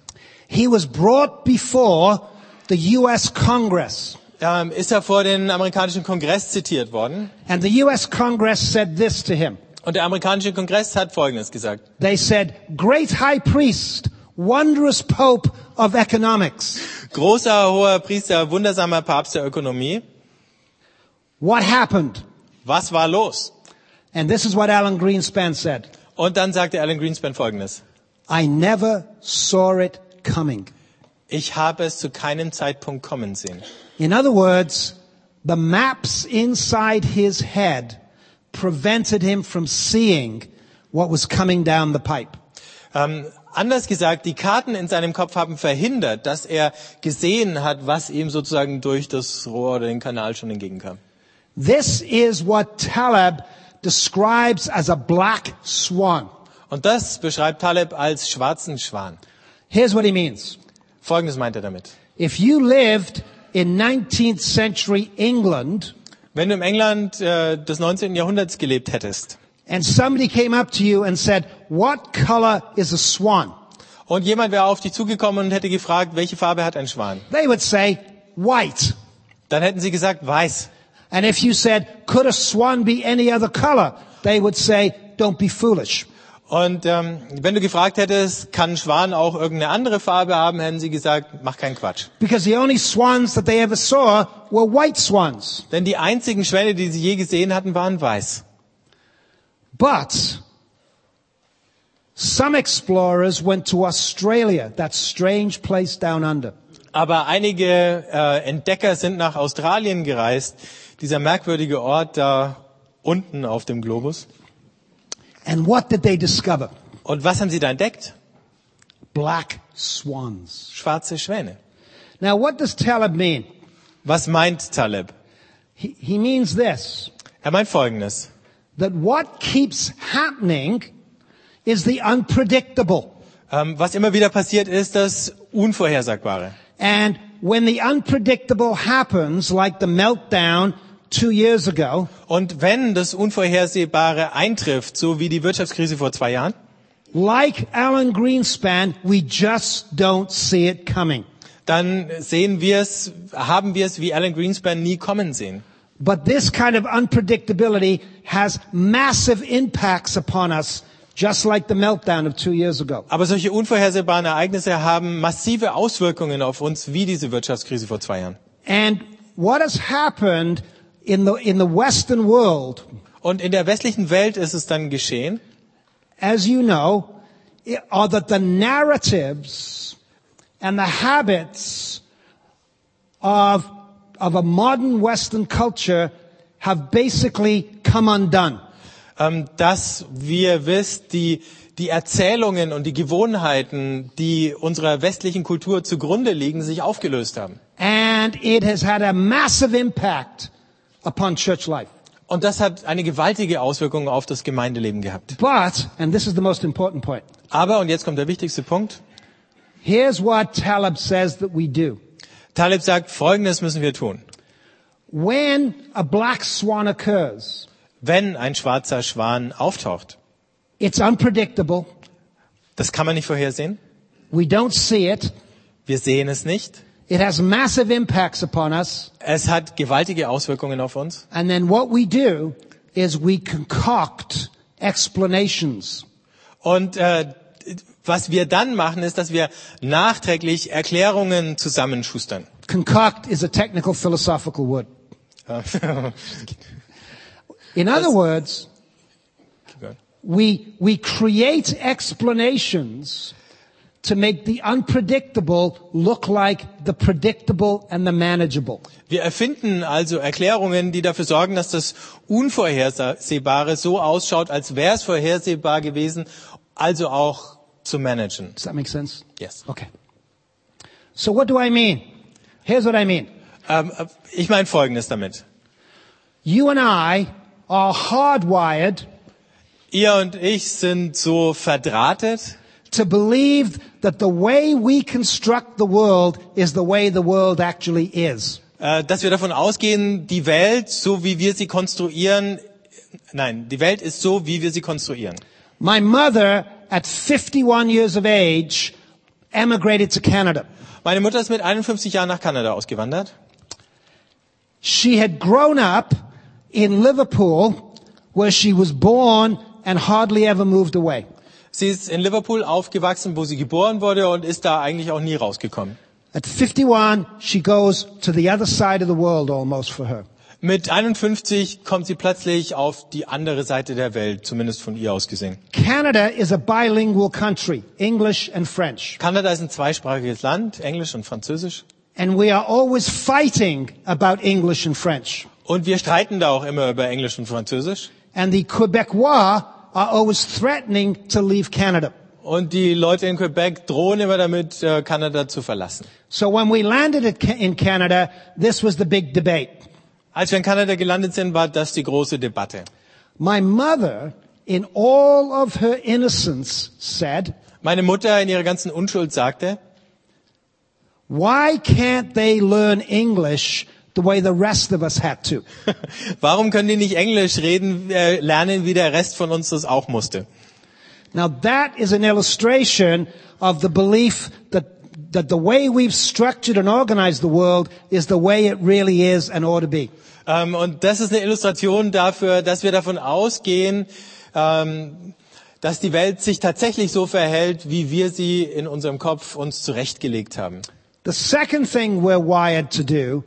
he was brought before the U.S. Congress.
ähm, ist er vor den amerikanischen Kongress zitiert worden.
And the U.S. Congress said this to him.
Und der amerikanische Kongress hat Folgendes gesagt.
They said, great high priest, wondrous pope of economics.
Großer, hoher Priester, wundersamer Papst der Ökonomie.
What happened?
Was war los?
And this is what Alan Greenspan said.
Und dann sagte Alan Greenspan Folgendes.
I never saw it coming.
Ich habe es zu keinem Zeitpunkt kommen sehen.
In other words, the maps inside his head prevented him from seeing what was coming down the pipe.
Ähm, Anders gesagt, die Karten in seinem Kopf haben verhindert, dass er gesehen hat, was ihm sozusagen durch das Rohr oder den Kanal schon entgegenkam.
This is what Taleb describes as a black swan.
Und das beschreibt Taleb als schwarzen Schwan.
Here's what he means.
Folgendes meint er damit.
If you lived in 19th century England
Wenn du im England äh, des 19. Jahrhunderts gelebt hättest
and somebody came up to you and said, what color is a swan?
und jemand wäre auf dich zugekommen und hätte gefragt, welche Farbe hat ein Schwan,
They would say, white.
dann hätten sie gesagt weiß.
And if you said, could a swan be any other color? They would say, don't be foolish.
Und ähm, wenn du gefragt hättest, kann ein Schwan auch irgendeine andere Farbe haben, hätten sie gesagt, mach keinen Quatsch.
Because the only swans that they ever saw were white swans.
Denn die einzigen Schwäne, die sie je gesehen hatten, waren weiß.
But some explorers went to Australia, that strange place down under.
Aber einige äh, Entdecker sind nach Australien gereist, dieser merkwürdige Ort da unten auf dem Globus.
And what did they discover?
Und was haben sie da entdeckt?
Black swans.
Schwarze Schwäne.
Now, what does Taleb mean?
Was meint Taleb?
He, he means this,
Er meint Folgendes.
that what keeps happening is the unpredictable.
Ähm, was immer wieder passiert, ist das Unvorhersagbare.
And when the unpredictable happens, like the meltdown two years ago,
Und wenn das Unvorhersehbare eintrifft, so wie die Wirtschaftskrise vor zwei Jahren,
like Alan Greenspan, we just don't see it coming.
dann sehen wir es, haben wir es wie Alan Greenspan nie kommen sehen.
But this kind of unpredictability has massive impacts upon us, just like the meltdown of two years ago.
Aber solche unvorhersehbaren Ereignisse haben massive Auswirkungen auf uns, wie diese Wirtschaftskrise vor zwei Jahren.
And what has happened in the, in the Western world,
Und in der westlichen Welt ist es dann geschehen,
as you know, i- are that the narratives and the habits of, of a modern Western culture have basically come undone.
ähm, dass wir wisst, die, die Erzählungen und die Gewohnheiten, die unserer westlichen Kultur zugrunde liegen, sich aufgelöst haben.
And it has had a massive impact upon church life.
Und das hat eine gewaltige Auswirkung auf das Gemeindeleben gehabt.
But, and this is the most important point,
Aber, und jetzt kommt der wichtigste Punkt,
here's what Taleb says that we do.
Taleb sagt, Folgendes müssen wir tun.
When a black swan occurs,
Wenn ein schwarzer Schwan auftaucht,
it's unpredictable.
das kann man nicht vorhersehen,
We don't see it.
wir sehen es nicht,
It has massive impacts upon us.
es hat gewaltige Auswirkungen auf uns.
And then what we do is we concoct explanations.
Und äh, was wir dann machen, ist, dass wir nachträglich Erklärungen zusammenschustern.
Concoct is a technical philosophical word. In other words, we, we create explanations to make the unpredictable look like the predictable and the manageable.
Wir erfinden also Erklärungen, die dafür sorgen, dass das Unvorhersehbare so ausschaut, als wäre es vorhersehbar gewesen, also auch zu managen.
Does that make sense?
Yes.
Okay. So what do I mean? Here's what I mean.
Ähm, ich meine Folgendes damit.
You and I are hardwired
Ihr und ich sind so verdrahtet,
to believe that the way we construct the world is the way the world actually is.
äh, dass wir davon ausgehen, die Welt, so wie wir sie konstruieren, nein, die Welt ist so, wie wir sie konstruieren.
My mother, at 51 years of age, emigrated to Canada.
Meine Mutter ist mit 51 Jahren nach Kanada ausgewandert.
She had grown up in Liverpool, where she was born and hardly ever moved away.
Sie ist in Liverpool aufgewachsen, wo sie geboren wurde und ist da eigentlich auch nie rausgekommen.
At 51, she goes to the other side of the world almost for her.
Mit 51 kommt sie plötzlich auf die andere Seite der Welt, zumindest von ihr aus gesehen.
Canada is a bilingual country, English and French.
Kanada ist ein zweisprachiges Land, Englisch und Französisch.
And we are always fighting about English and French.
Und wir streiten da auch immer über Englisch und Französisch.
and the Quebecois are always threatening to leave Canada.
Und die Leute in Quebec drohen immer damit, äh, Kanada zu verlassen.
So when we landed at, Ca- in Canada, this was the big debate.
Als wir in Kanada gelandet sind, war das die große Debatte.
My mother, in all of her innocence, said,
Meine Mutter in ihrer ganzen Unschuld sagte,
why can't they learn English the way the rest of us had to?
warum können die nicht Englisch reden, äh, lernen, wie der Rest von uns das auch musste?
Now that is an illustration of the belief that, that the way we've structured and organized the world is the way it really is and ought to be.
Ähm, und das ist eine Illustration dafür, dass wir davon ausgehen, ähm, dass die Welt sich tatsächlich so verhält, wie wir sie in unserem Kopf uns zurechtgelegt haben.
The second thing we're wired to do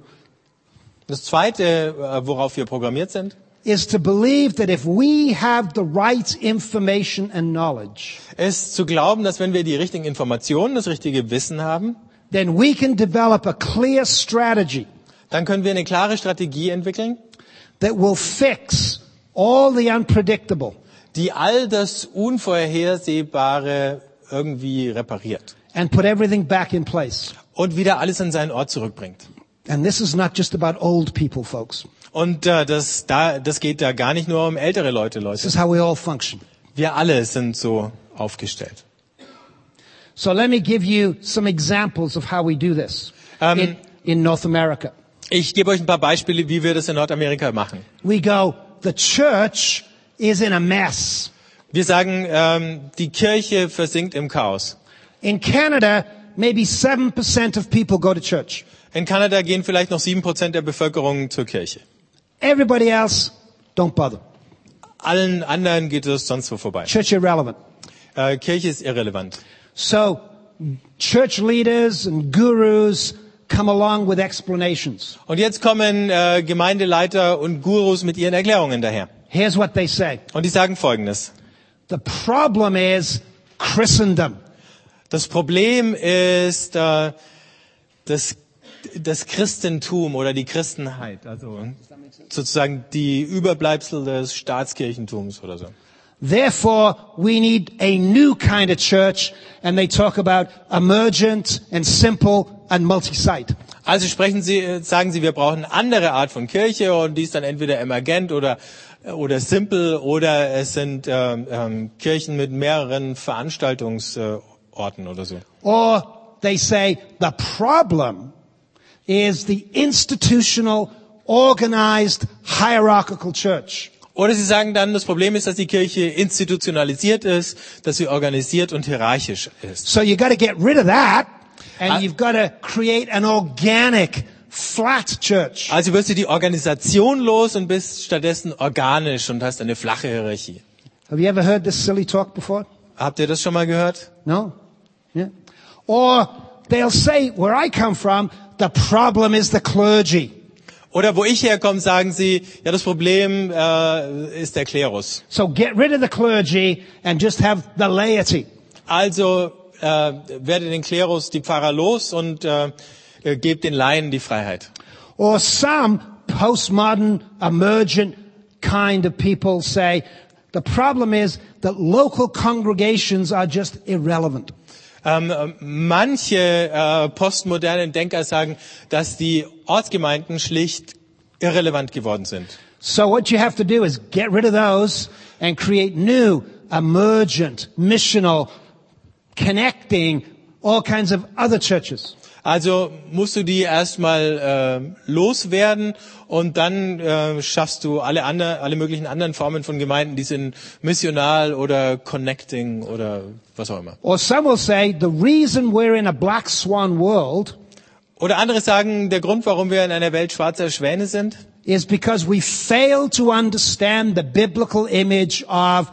Das Zweite, äh, worauf wir programmiert sind,
is to believe that if we have the right information and knowledge,
ist zu glauben, dass wenn wir die richtigen Informationen, das richtige Wissen haben,
then we can develop a clear strategy
dann können wir eine klare Strategie entwickeln,
that will fix all the unpredictable
die all das Unvorhersehbare irgendwie repariert
and put everything back in place.
und wieder alles an seinen Ort zurückbringt.
And this is not just about old people, folks.
Und äh, das, da, das geht da gar nicht nur um ältere Leute, Leute.
This is how we all function.
Wir alle sind so aufgestellt.
So let me give you some examples of how we do this
Um,
in, in North America.
Ich gebe euch ein paar Beispiele, wie wir das in Nordamerika machen.
We go, the church is in a mess.
Wir sagen, ähm, die Kirche versinkt im Chaos.
In Canada, maybe 7% of people go to church.
In Kanada gehen vielleicht noch sieben Prozent der Bevölkerung zur Kirche.
Everybody else, don't bother.
Allen anderen geht es sonst wo vorbei.
Church irrelevant.
Äh, Kirche ist irrelevant.
So church leaders and gurus come along with explanations.
Und jetzt kommen äh, Gemeindeleiter und Gurus mit ihren Erklärungen daher.
Here's what they say.
Und die sagen Folgendes.
The problem is Christendom.
Das Problem ist äh, das, das Christentum oder die Christenheit, also sozusagen die Überbleibsel des Staatskirchentums oder so.
Therefore, we need a new kind of church, and they talk about emergent and simple and multi-site.
Also sprechen Sie, äh, sagen Sie, wir brauchen eine andere Art von Kirche und die ist dann entweder emergent oder äh, oder simple oder es sind ähm, ähm, Kirchen mit mehreren Veranstaltungsorten äh, Orten oder so.
Or they say the problem is the institutional, organized, hierarchical church.
Oder Sie sagen dann, das Problem ist, dass die Kirche institutionalisiert ist, dass sie organisiert und hierarchisch ist.
So you got to get rid of that, and
I-
you've got to create an organic, flat church.
Also wirst du die Organisation los und bist stattdessen organisch und hast eine flache Hierarchie.
Have you ever heard this silly talk before?
Habt ihr das schon mal gehört?
No? Yeah. Or they'll say, where I come from, the problem is the clergy.
Oder wo ich herkomme, sagen sie, ja, das Problem äh, ist der Klerus.
So get rid of the clergy and just have the laity.
Also äh, werde den Klerus, die Pfarrer los und äh, äh, gebt den Laien die Freiheit.
Or some postmodern, emergent kind of people say, the problem is that local congregations are just irrelevant.
Ähm, ähm, manche äh, postmodernen Denker sagen, dass die Ortsgemeinden schlicht irrelevant geworden sind.
So what you have to do is get rid of those and create new, emergent, missional, connecting all kinds of other churches.
Also musst du die erstmal äh, loswerden und dann äh, schaffst du alle, ander, alle möglichen anderen Formen von Gemeinden, die sind missional oder connecting oder was auch immer.
Or some will say the reason we're in a black swan world
Oder andere sagen, der Grund, warum wir in einer Welt schwarzer Schwäne sind,
is because we fail to understand the biblical image of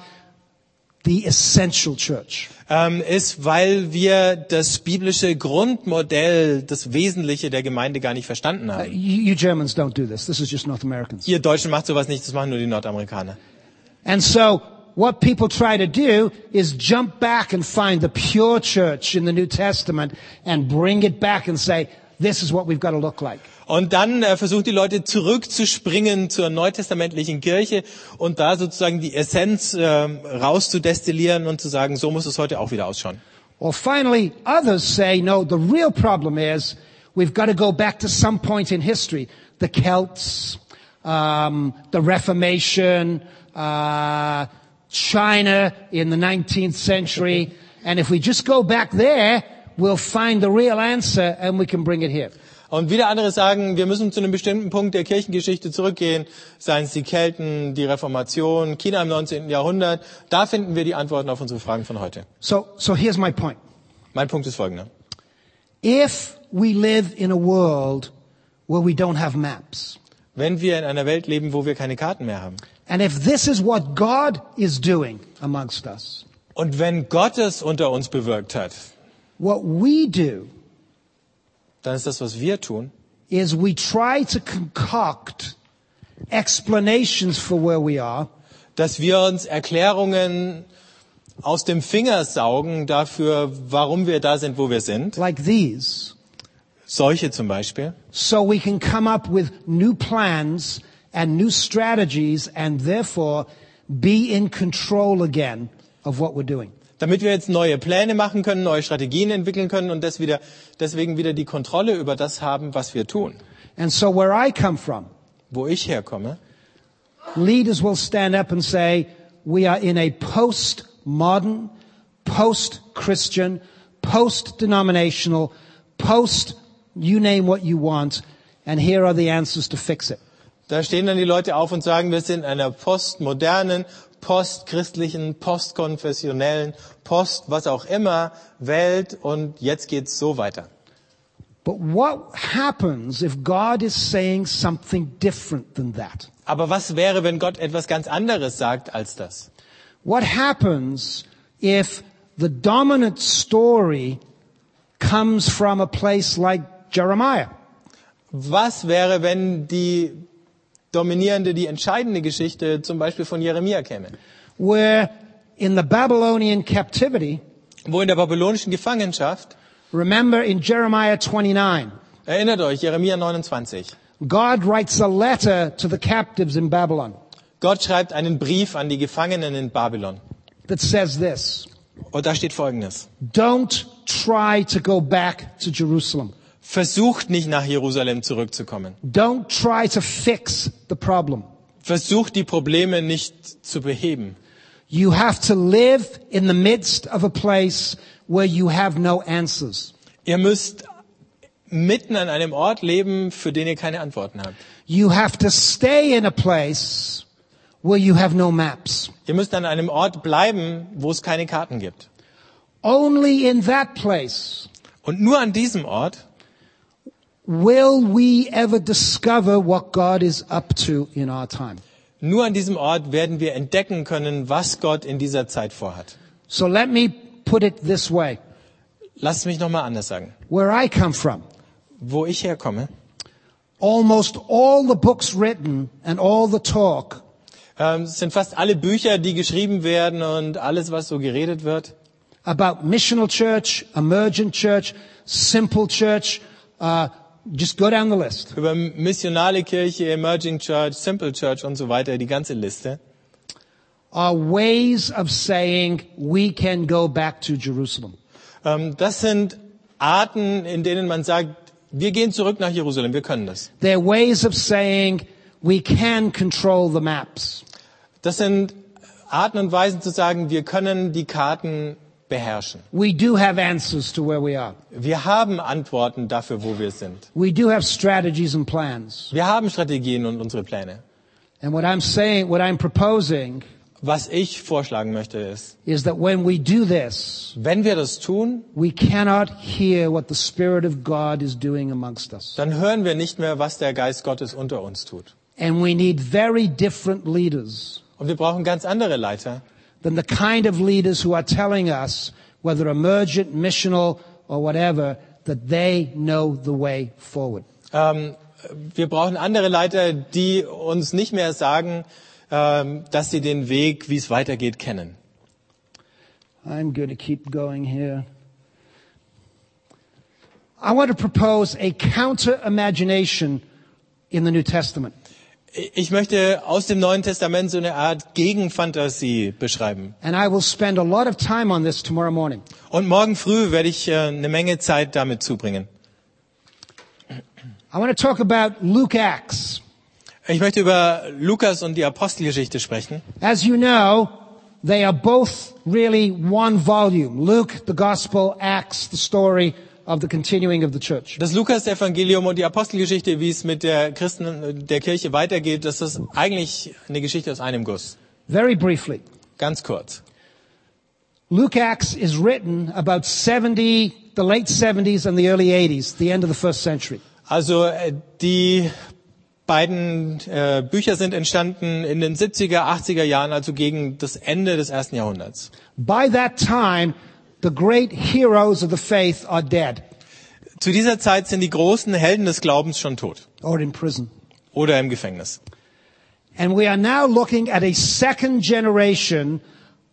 the essential church.
ähm, ist, weil wir das biblische Grundmodell, das Wesentliche der Gemeinde gar nicht verstanden haben.
You, you Germans don't do this. This is just North Americans.
Ihr Deutschen macht sowas nicht, das machen nur die Nordamerikaner.
And so what people try to do is jump back and find the pure church in the New Testament and bring it back and say, this is what we've got to look like.
Und dann äh, versuchen die Leute zurückzuspringen zur neutestamentlichen Kirche und da sozusagen die Essenz äh, rauszudestillieren und zu sagen, so muss es heute auch wieder ausschauen.
Well, finally, others say, no, the real problem is we've got to go back to some point in history. The Celts, um, the Reformation, uh, China in the 19th century. And if we just go back there, we'll find the real answer and we can bring it here.
Und wieder andere sagen, wir müssen zu einem bestimmten Punkt der Kirchengeschichte zurückgehen, seien es die Kelten, die Reformation, China im 19. Jahrhundert. Da finden wir die Antworten auf unsere Fragen von heute.
So, so here's my point.
Mein Punkt ist folgender.
If we live in a world where we don't have maps,
Wenn wir in einer Welt leben, wo wir keine Karten mehr haben
and if this is what God is doing amongst us,
und wenn Gott es unter uns bewirkt hat,
what we do
dann ist das, was wir tun,
is we try to concoct explanations for where we are
dass wir uns Erklärungen aus dem Finger saugen dafür, warum wir da sind, wo wir sind.
like these
Solche zum Beispiel.
so we can come up with new plans and new strategies and therefore be in control again of what we're doing.
Damit wir jetzt neue Pläne machen können, neue Strategien entwickeln können und das wieder, deswegen wieder die Kontrolle über das haben, was wir tun.
And so where I come from,
Wo ich herkomme,
leaders will stand up and say, we are in a post-modern, post-Christian, post-denominational, post, you name what you want, and here are the answers to fix it.
da stehen dann die Leute auf und sagen, wir sind in einer postmodernen, postchristlichen, postkonfessionellen, post was auch immer Welt und jetzt geht's so weiter.
But what happens if God is saying something different than that?
Aber was wäre, wenn Gott etwas ganz anderes sagt als das?
What happens if the dominant story comes from a place like Jeremiah?
Was wäre, wenn die dominierende, die entscheidende Geschichte zum Beispiel von Jeremia käme?
Where in the Babylonian captivity,
Wo in der babylonischen Gefangenschaft,
remember in Jeremiah 29,
erinnert euch, Jeremia 29,
God writes a letter to the captives in Babylon
Gott schreibt einen Brief an die Gefangenen in Babylon.
that says this,
Und da steht Folgendes.
don't try to go back to Jerusalem.
Versucht nicht nach Jerusalem zurückzukommen.
Don't try to fix the problem.
Versucht die Probleme nicht zu beheben.
You have to live in the midst of a place where you have no answers.
Ihr müsst mitten an einem Ort leben, für den ihr keine Antworten habt.
You have to stay in a place where you have no maps.
Ihr müsst an einem Ort bleiben, wo es keine Karten gibt.
Only in that place
Und nur an diesem Ort
will we ever discover what God is up to in our time.
Nur an diesem Ort werden wir entdecken können, was Gott in dieser Zeit vorhat.
So let me put it this way.
Lasst mich nochmal anders sagen.
Where I come from,
Wo ich herkomme,
almost all the books written and all the talk
ähm, sind fast alle Bücher, die geschrieben werden und alles, was so geredet wird,
about missional church, emergent church, simple church, uh, just go down the list.
über missionale Kirche, Emerging Church, Simple Church und so weiter, die ganze Liste,
Are ways of saying we can go back to Jerusalem.
ähm, das sind Arten, in denen man sagt, wir gehen zurück nach Jerusalem, wir können das.
They're ways of saying we can control the maps.
Das sind Arten und Weisen zu sagen, wir können die Karten beherrschen.
We do have answers to where we are.
Wir haben Antworten dafür, wo wir sind.
We do have strategies and plans.
Wir haben Strategien und unsere Pläne.
And what I'm saying, what I'm proposing
Was ich vorschlagen möchte ist,
is that when we do this,
wenn wir das tun,
we cannot hear what the Spirit of God is doing amongst us.
dann hören wir nicht mehr, was der Geist Gottes unter uns tut.
And we need very different leaders
Und wir brauchen ganz andere Leiter
than the kind of leaders who are telling us, whether emergent, missional, or whatever, that they know the way forward.
Ähm, wir brauchen andere Leiter, die uns nicht mehr sagen, ähm, dass sie den Weg, wie es weitergeht, kennen.
I'm going to keep going here. I want to propose a counter imagination in the New Testament.
Ich möchte aus dem Neuen Testament so eine Art Gegenfantasie beschreiben.
And I will spend a lot of time on this tomorrow morning.
Und morgen früh werde ich äh, eine Menge Zeit damit zubringen.
I want to talk about Luke Acts.
Ich möchte über Lukas und die Apostelgeschichte sprechen.
As you know, they are both really one volume. Luke, the gospel, Acts, the story of the continuing of the church.
Das Lukas-Evangelium und die Apostelgeschichte, wie es mit der Christen, der Kirche weitergeht, das ist eigentlich eine Geschichte aus einem Guss.
Very briefly,
Ganz kurz.
Luke Acts is written about 70, the late 70s and the early 80s, the end of the first century.
Also äh, die beiden äh, Bücher sind entstanden in den 70er, 80er Jahren, also gegen das Ende des ersten Jahrhunderts.
By that time, the great heroes of the faith are dead
Zu dieser Zeit sind die großen Helden des Glaubens schon tot
or in prison.
oder im Gefängnis.
And we are now looking at a second generation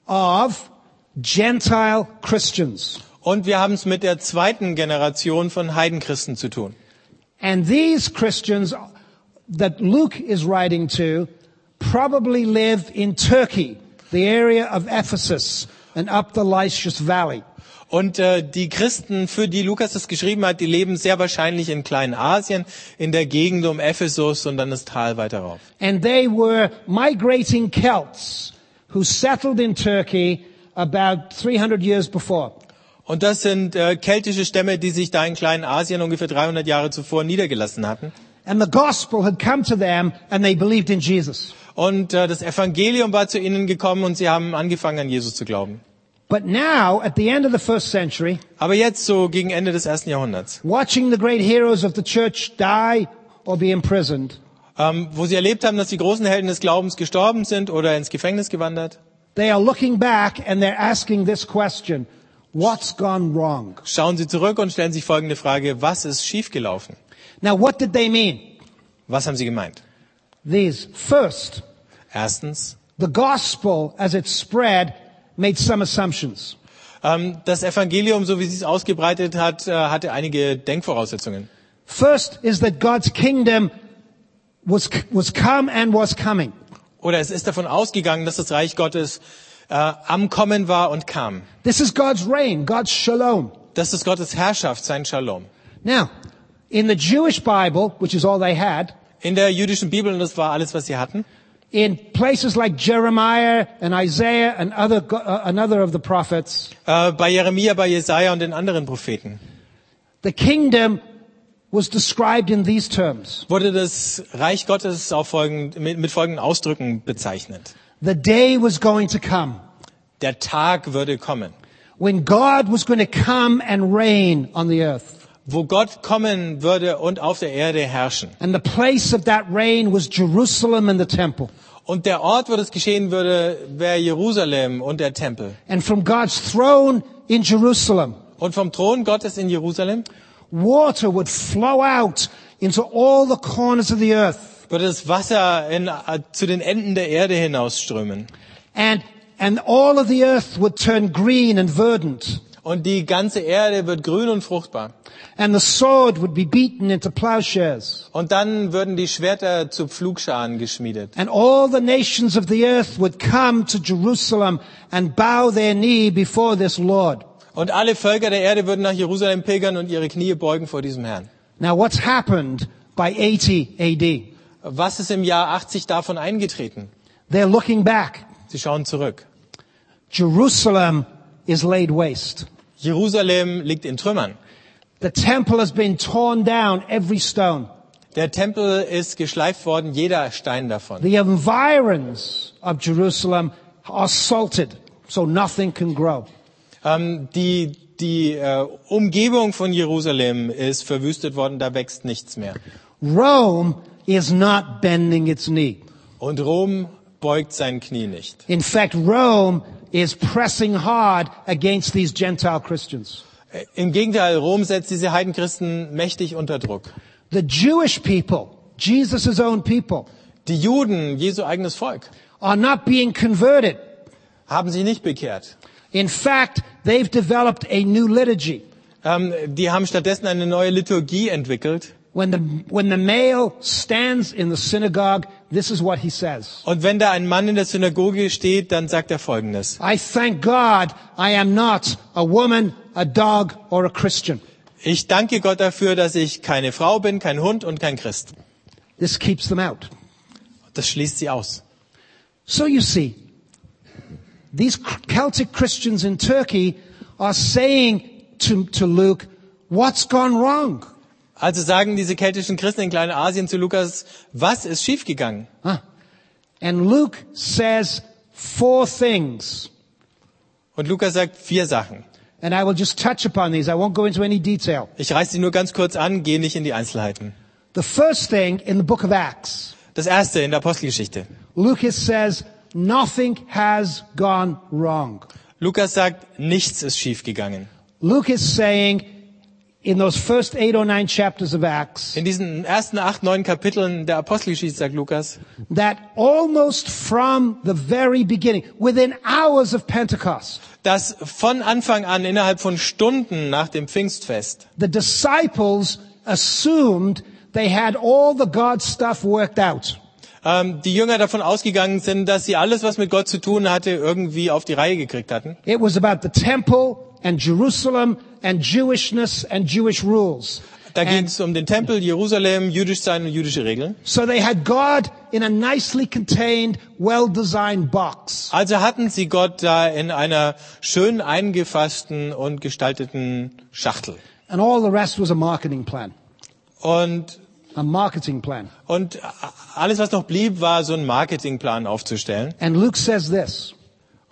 of Gentile Christians.
Und wir haben es mit der zweiten Generation von Heidenchristen zu tun.
And these Christians that Luke is writing to probably live in Turkey, the area of Ephesus and up the Lycius Valley.
Und äh, die Christen, für die Lukas das geschrieben hat, die leben sehr wahrscheinlich in Kleinasien, in der Gegend um Ephesus und dann das Tal weiter rauf.
And they were migrating Celts who settled in Turkey about 300 years before.
Und das sind äh, keltische Stämme, die sich da in Kleinasien ungefähr 300 Jahre zuvor niedergelassen hatten.
And the gospel had come to them and they believed in Jesus.
Und äh, das Evangelium war zu ihnen gekommen und sie haben angefangen, an Jesus zu glauben.
But now, at the end of the first century,
Aber jetzt, so gegen Ende des ersten Jahrhunderts,
watching the great heroes of the church die or be imprisoned,
ähm, wo sie erlebt haben, dass die großen Helden des Glaubens gestorben sind oder ins Gefängnis gewandert,
they are looking back and they're asking this question. What's gone wrong?
schauen sie zurück und stellen sich folgende Frage, was ist schiefgelaufen?
Now, what did they mean?
Was haben sie gemeint?
These. First,
Erstens,
the gospel, as it spread, made some assumptions.
Ähm, das Evangelium, so wie sie es ausgebreitet hat, äh, hatte einige Denkvoraussetzungen.
First is that God's kingdom was, was come and was coming.
Oder es ist davon ausgegangen, dass das Reich Gottes äh, am Kommen war und kam.
This is God's reign, God's shalom.
Das ist Gottes Herrschaft, sein Shalom.
Now, in the Jewish Bible, which is all they had,
In der jüdischen Bibel, und das war alles, was sie hatten,
in places like Jeremiah and Isaiah and other, go- uh, another of the prophets,
äh, bei Jeremia, bei Jesaja und den anderen Propheten,
the kingdom was described in these terms.
wurde das Reich Gottes auch folgend, mit, mit folgenden Ausdrücken bezeichnet.
The day was going to come
Der Tag würde kommen,
when God was going to come and reign on the earth.
wo Gott kommen würde und auf der Erde herrschen.
And the place of that reign was Jerusalem and the temple.
Und der Ort, wo das geschehen würde, wäre Jerusalem und der Tempel.
And from God's throne in Jerusalem,
Und vom Thron Gottes in Jerusalem
water would flow out into all the corners of the earth.
würde das Wasser in, äh, zu den Enden der Erde hinausströmen.
And, and all of the earth would turn green and verdant.
Und die ganze Erde wird grün und fruchtbar.
And the sword would be beaten into plowshares.
Und dann würden die Schwerter zu Pflugscharen geschmiedet.
And all the nations of the earth would come to Jerusalem and bow their knee before this Lord.
Und alle Völker der Erde würden nach Jerusalem pilgern und ihre Knie beugen vor diesem Herrn.
Now what's happened by 80 AD?
Was ist im Jahr 80 davon eingetreten?
They're looking back.
Sie schauen zurück.
Jerusalem is laid waste.
Jerusalem liegt in Trümmern.
The temple has been torn down, every stone.
Der Tempel ist geschleift worden, jeder Stein davon.
The environs of Jerusalem are salted, so nothing can grow.
Ähm, die die äh, Umgebung von Jerusalem ist verwüstet worden, da wächst nichts mehr.
Rome is not bending its knee.
Und Rom beugt sein Knie nicht.
In fact, Rome is pressing hard against these Gentile Christians.
Äh, Im Gegenteil, Rom setzt diese Heidenchristen mächtig unter Druck.
The Jewish people, Jesus' own people,
Die Juden, Jesu eigenes Volk,
are not being converted.
haben sich nicht bekehrt.
In fact, they've developed a new liturgy.
Ähm, die haben stattdessen eine neue Liturgie entwickelt.
When the, when the male stands in the synagogue, this is what he says.
Und wenn da ein Mann in der Synagoge steht, dann sagt er Folgendes.
I thank God I am not a woman, a dog, or a Christian.
Ich danke Gott dafür, dass ich keine Frau bin, kein Hund und kein Christ.
This keeps them out.
Das schließt sie aus.
So you see, these Celtic Christians in Turkey are saying to, to Luke, what's gone wrong?
Also sagen diese keltischen Christen in Kleinasien zu Lukas, was ist schiefgegangen?
Huh? And Luke says four things.
Und Lukas sagt vier Sachen.
And I will just touch upon these. I won't go into any detail.
Ich reiße sie nur ganz kurz an, gehe nicht in die Einzelheiten.
The first thing in the book of Acts,
Das erste in der Apostelgeschichte.
Lucas says, nothing has gone wrong.
Lukas sagt, nichts ist schiefgegangen.
Luke is saying in those first eight or nine chapters of Acts
In diesen ersten acht, neun Kapiteln der Apostelgeschichte sagt Lukas,
that almost from the very beginning, within hours of Pentecost,
dass von Anfang an innerhalb von Stunden nach dem Pfingstfest
the disciples assumed they had all the God stuff worked out.
ähm, die Jünger davon ausgegangen sind, dass sie alles, was mit Gott zu tun hatte, irgendwie auf die Reihe gekriegt hatten.
It was about the temple and Jerusalem and Jewishness and Jewish rules.
Da ging
And
es um den Tempel, Jerusalem, jüdisch sein und jüdische Regeln.
so they had God in a nicely contained, well-designed box.
Also hatten sie Gott da in einer schön eingefassten und gestalteten Schachtel.
And all the rest was a marketing plan.
Und,
A marketing plan.
und alles, was noch blieb, war so einen Marketingplan aufzustellen.
And Luke says this.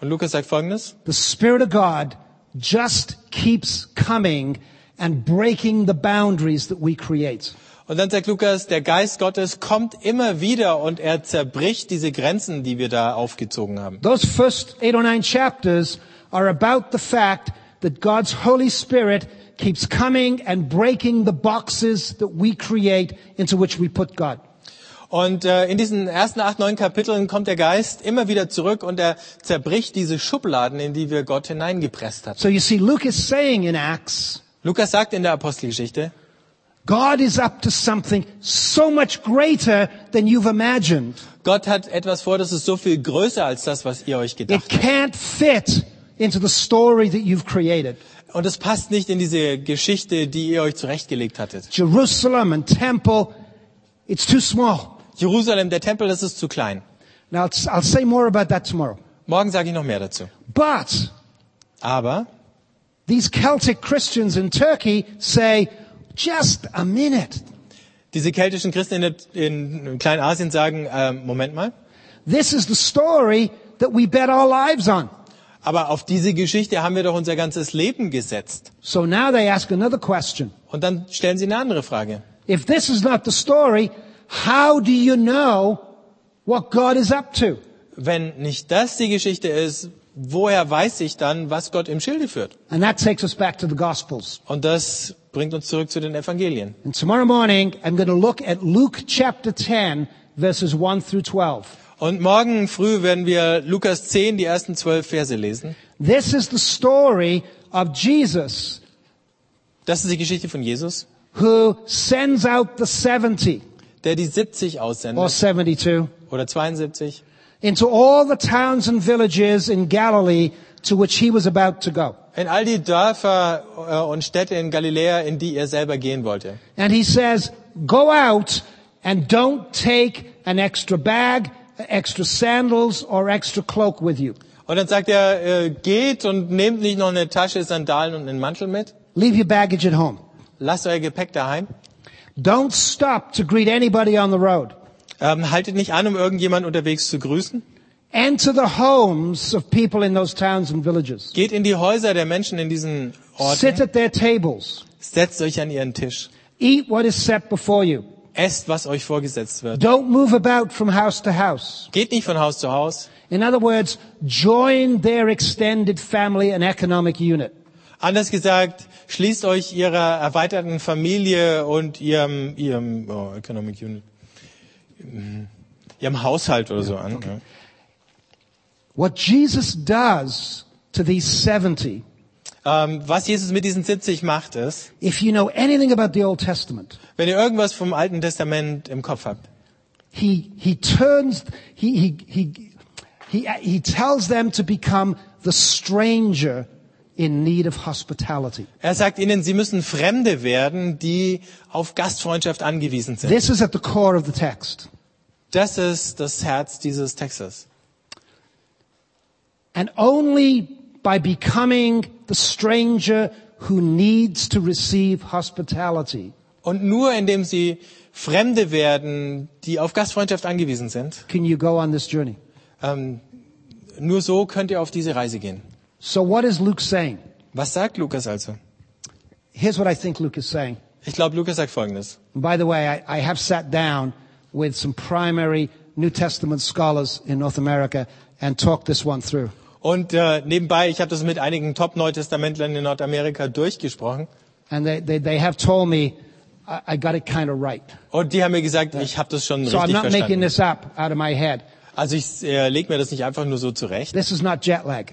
Und Lukas sagt Folgendes.
The Spirit of God just keeps coming and breaking the boundaries that we create.
Und dann sagt Lukas, der Geist Gottes kommt immer wieder und er zerbricht diese Grenzen, die wir da aufgezogen haben.
Those first eight or nine chapters are about the fact that God's Holy Spirit keeps coming and breaking the boxes that we create into which we put God.
Und äh, in diesen ersten acht, neun Kapiteln kommt der Geist immer wieder zurück und er zerbricht diese Schubladen, in die wir Gott hineingepresst hat.
So you see, Luke is saying in Acts,
Lukas sagt in der Apostelgeschichte,
God is up to something so much greater than you've imagined.
Gott hat etwas vor, das ist so viel größer als das, was ihr euch
It
gedacht habt.
can't fit into the story that you've created.
Und es passt nicht in diese Geschichte, die ihr euch zurechtgelegt hattet.
Jerusalem and temple, it's too small.
Jerusalem, der Tempel, das ist zu klein.
Now, I'll, I'll say more about that tomorrow.
Morgen sage ich noch mehr dazu.
But
Aber
these Celtic Christians in Turkey say, just a minute.
Diese keltischen Christen in, der, in Kleinasien sagen, äh, Moment mal,
This is the story that we bet our lives on.
aber auf diese Geschichte haben wir doch unser ganzes Leben gesetzt.
So now they ask another question.
Und dann stellen sie eine andere Frage.
If this is not the story, how do you know what God is up to?
Wenn nicht das die Geschichte ist, woher weiß ich dann, was Gott im Schilde führt?
And that takes us back to the Gospels.
Und das bringt uns zurück zu den Evangelien.
And tomorrow morning, I'm going to look at Luke chapter 10, verses 1 through 12.
Und morgen früh werden wir Lukas 10, die ersten zwölf Verse lesen.
This is the story of Jesus
Das ist die Geschichte von Jesus,
who sends out the 70
der die 70
or
aussendet
72
oder 72
into all the towns and villages in Galilee to which he was about to go.
in all die Dörfer äh, und Städte in Galiläa, in die er selber gehen wollte.
And he says, go out and don't take an extra bag, extra sandals or extra cloak with you.
Und dann sagt er, äh, geht und nehmt nicht noch eine Tasche, Sandalen und einen Mantel mit.
Leave your baggage at home.
Lasst euer Gepäck daheim.
Don't stop to greet anybody on the road.
Ähm, haltet nicht an, um irgendjemand unterwegs zu grüßen.
Enter the homes of people in those towns and villages.
Geht in die Häuser der Menschen in diesen
Sit
Orten.
at their tables.
Setzt euch an ihren Tisch.
Eat what is set before you.
Esst, was euch vorgesetzt wird.
Don't move about from house to house.
Geht nicht von Haus zu Haus.
In other words, join their extended family and economic unit.
Anders gesagt, schließt euch ihrer erweiterten Familie und ihrem, ihrem oh, Economic Unit, Mhm. ihrem Haushalt oder so an. ja.
What Jesus does to these 70
Ähm, was Jesus mit diesen 70 macht, ist,
If you know anything about the Old Testament,
wenn ihr irgendwas vom Alten Testament im Kopf habt,
he, he turns, he, he, he, he, he tells them to become the stranger in need of hospitality.
er sagt ihnen, sie müssen Fremde werden, die auf Gastfreundschaft angewiesen sind.
This is at the core of the text.
Das ist das Herz dieses Textes.
And only by becoming the stranger who needs to receive hospitality
Und nur indem sie Fremde werden, die auf Gastfreundschaft angewiesen sind,
can you go on this journey.
ähm, nur so könnt ihr auf diese Reise gehen.
So what is Luke saying?
Was sagt Lukas also?
Here's what I think Luke is saying.
Ich glaube, Lukas sagt Folgendes.
And by the way, I, I have sat down with some primary New Testament scholars in North America and talked this one through.
Und äh, nebenbei, ich habe das mit einigen Top-Neutestamentlern in Nordamerika durchgesprochen.
And they, they, they have told me I, I got it kind of right.
Und die haben mir gesagt, ich habe das schon
So I'm
richtig
not making
verstanden.
this up out of my head.
Also ich äh, lege mir das nicht einfach nur so zurecht.
This is not jet lag.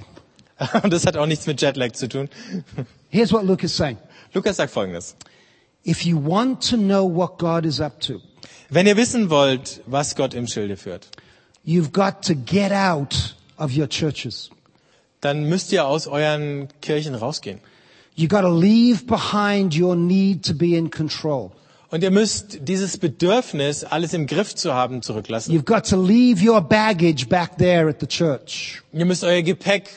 Und das hat auch nichts mit Jetlag zu tun.
Here's what Luke is saying.
Lukas sagt Folgendes.
If you want to know what God is up to,
Wenn ihr wissen wollt, was Gott im Schilde führt,
you've got to get out of your churches.
dann müsst ihr aus euren Kirchen rausgehen.
You've got to leave behind your need to be in control.
Und ihr müsst dieses Bedürfnis, alles im Griff zu haben, zurücklassen.
You've got to leave your baggage back there at the church.
Ihr müsst euer Gepäck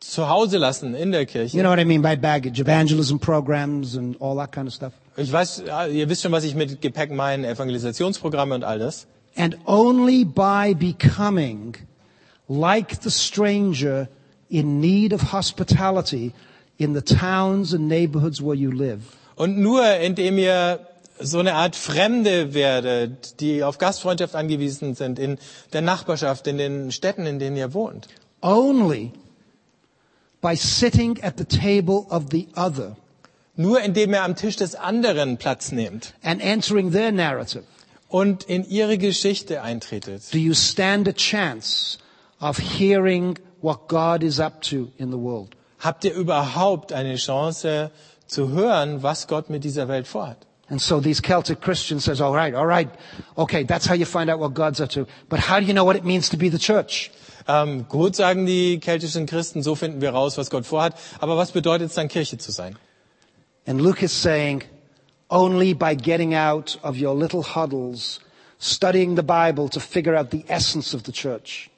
zu Hause lassen in der Kirche.
You know what I mean by baggage? Evangelism programs and all that kind of stuff.
Ich weiß, ah, ihr wisst schon, was ich mit Gepäck meine, Evangelisationsprogramme und all das.
And only by becoming like the stranger in need of hospitality in the towns and neighborhoods where you live
Und nur indem ihr so eine Art Fremde werdet, die auf Gastfreundschaft angewiesen sind, in der Nachbarschaft, in den Städten, in denen ihr wohnt.
only by sitting at the table of the other
Nur indem ihr am Tisch des anderen Platz nehmt
and entering their narrative
und in ihre Geschichte eintretet.
do you stand a chance of hearing what God is up to in the world.
Habt ihr überhaupt eine Chance zu hören, was Gott mit dieser Welt vorhat?
And so these Celtic Christians says, all right, all right, okay, that's how you find out what God's up to. But how do you know what it means to be the church?
Ähm, gut, sagen die keltischen Christen, so finden wir raus, was Gott vorhat. Aber was bedeutet es dann, Kirche zu sein?
And Luke is saying, only by getting out of your little huddles, studying the Bible to figure out the essence of the church,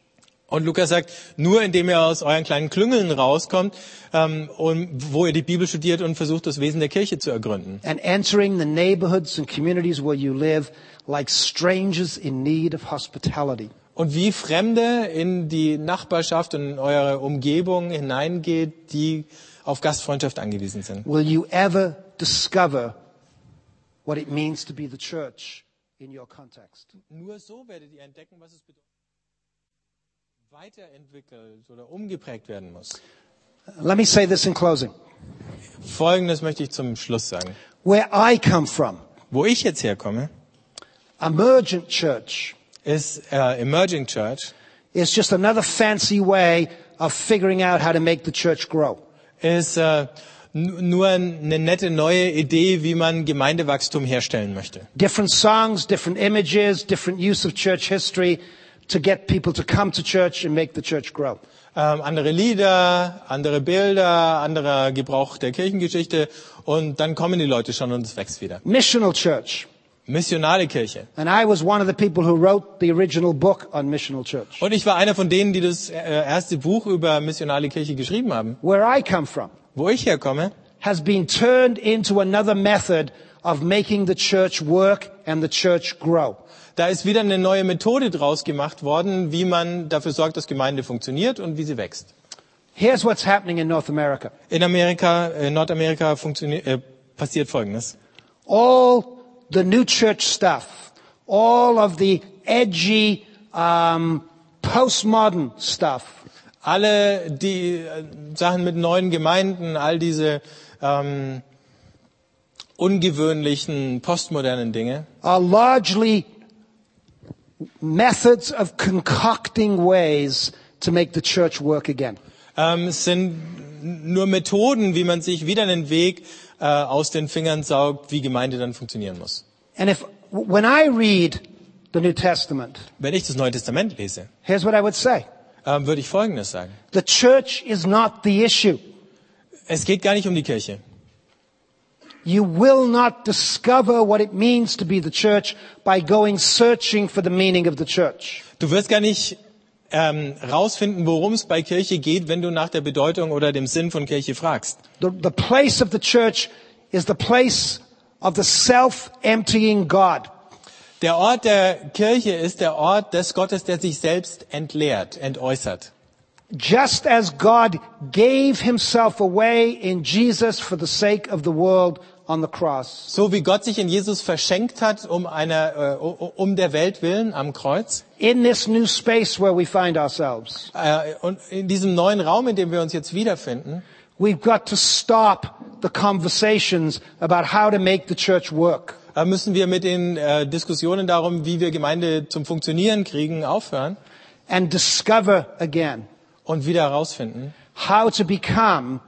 Und Lukas sagt, nur indem ihr aus euren kleinen Klüngeln rauskommt, ähm, und wo ihr die Bibel studiert und versucht, das Wesen der Kirche zu ergründen.
and entering the neighborhoods and communities where you live like strangers in need of hospitality.
Und wie Fremde in die Nachbarschaft und in eure Umgebung hineingeht, die auf Gastfreundschaft angewiesen sind.
Will you ever discover what it means to be the church in your context?
Nur so werdet ihr entdecken, was es bedeutet, weiterentwickelt oder umgeprägt werden muss.
Let me say this in closing.
Folgendes möchte ich zum Schluss sagen.
Where I come from,
Wo ich jetzt herkomme,
emergent church
ist äh, Emerging Church,
is just another fancy way of figuring out how to make the church grow.
ist äh, nu- nur eine nette neue Idee, wie man Gemeindewachstum herstellen möchte.
different songs, different images, different use of church history to get people to come to church and make the church grow.
Ähm, andere Lieder, andere Bilder, anderer Gebrauch der Kirchengeschichte und dann kommen die Leute schon und es wächst wieder.
Missional church.
Missionale Kirche.
And I was one of the people who wrote the original book on missional church.
Und ich war einer von denen, die das äh, erste Buch über missionale Kirche geschrieben haben.
Where I come from
wo ich herkomme,
has been turned into another method of making the church work and the church grow.
da ist wieder eine neue Methode draus gemacht worden, wie man dafür sorgt, dass Gemeinde funktioniert und wie sie wächst.
Here's what's happening in North America.
In Amerika, in Nordamerika funktioniert, äh, passiert Folgendes.
all the new church stuff, all of the edgy, um, postmodern stuff
Alle die äh, Sachen mit neuen Gemeinden, all diese ähm, ungewöhnlichen, postmodernen Dinge,
are largely methods of concocting ways to make the church work again.
Ähm, es sind nur Methoden, wie man sich wieder einen Weg äh, aus den Fingern saugt, wie Gemeinde dann funktionieren muss.
And if, when I read the New Testament,
Wenn ich das Neue Testament lese,
here's what I would say.
ähm, würde ich Folgendes sagen.
The church is not the issue.
Es geht gar nicht um die Kirche.
You will not discover what it means to be the church by going searching for the meaning of the church.
Du wirst gar nicht ähm, rausfinden, worum es bei Kirche geht, wenn du nach der Bedeutung oder dem Sinn von Kirche fragst.
The, the place of the church is the place of the self-emptying God.
Der Ort der Kirche ist der Ort des Gottes, der sich selbst entleert, entäußert.
Just as God gave himself away in Jesus for the sake of the world on the cross,
So wie Gott sich in Jesus verschenkt hat, um, einer, äh, um der Welt willen am Kreuz.
in this new space where we find ourselves,
Äh, und in diesem neuen Raum, in dem wir uns jetzt wiederfinden,
we've got to stop the conversations about how to make the church work.
äh, müssen wir mit den äh, Diskussionen darum, wie wir Gemeinde zum Funktionieren kriegen, aufhören
and discover again
und wieder herausfinden,
how to become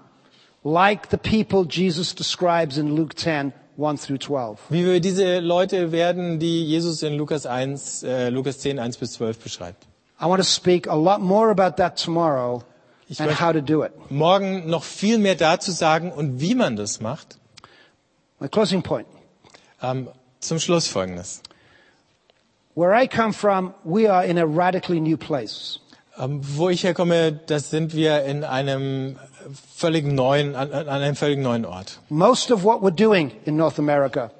like the people Jesus describes in Luke 10, 1 through 12.
wie wir diese Leute werden, die Jesus in Lukas 1, äh, Lukas 10, 1 bis 12 beschreibt.
I want to speak a lot more about that tomorrow
Ich
and
möchte-
how to do it.
Morgen noch viel mehr dazu sagen und wie man das macht.
My closing point.
Ähm, zum Schluss folgendes.
Where I come from, we are in a radically new place.
Ähm, wo ich herkomme, das sind wir in einem völlig neuen, an, an einem völlig neuen Ort.
Most of what we're doing in North America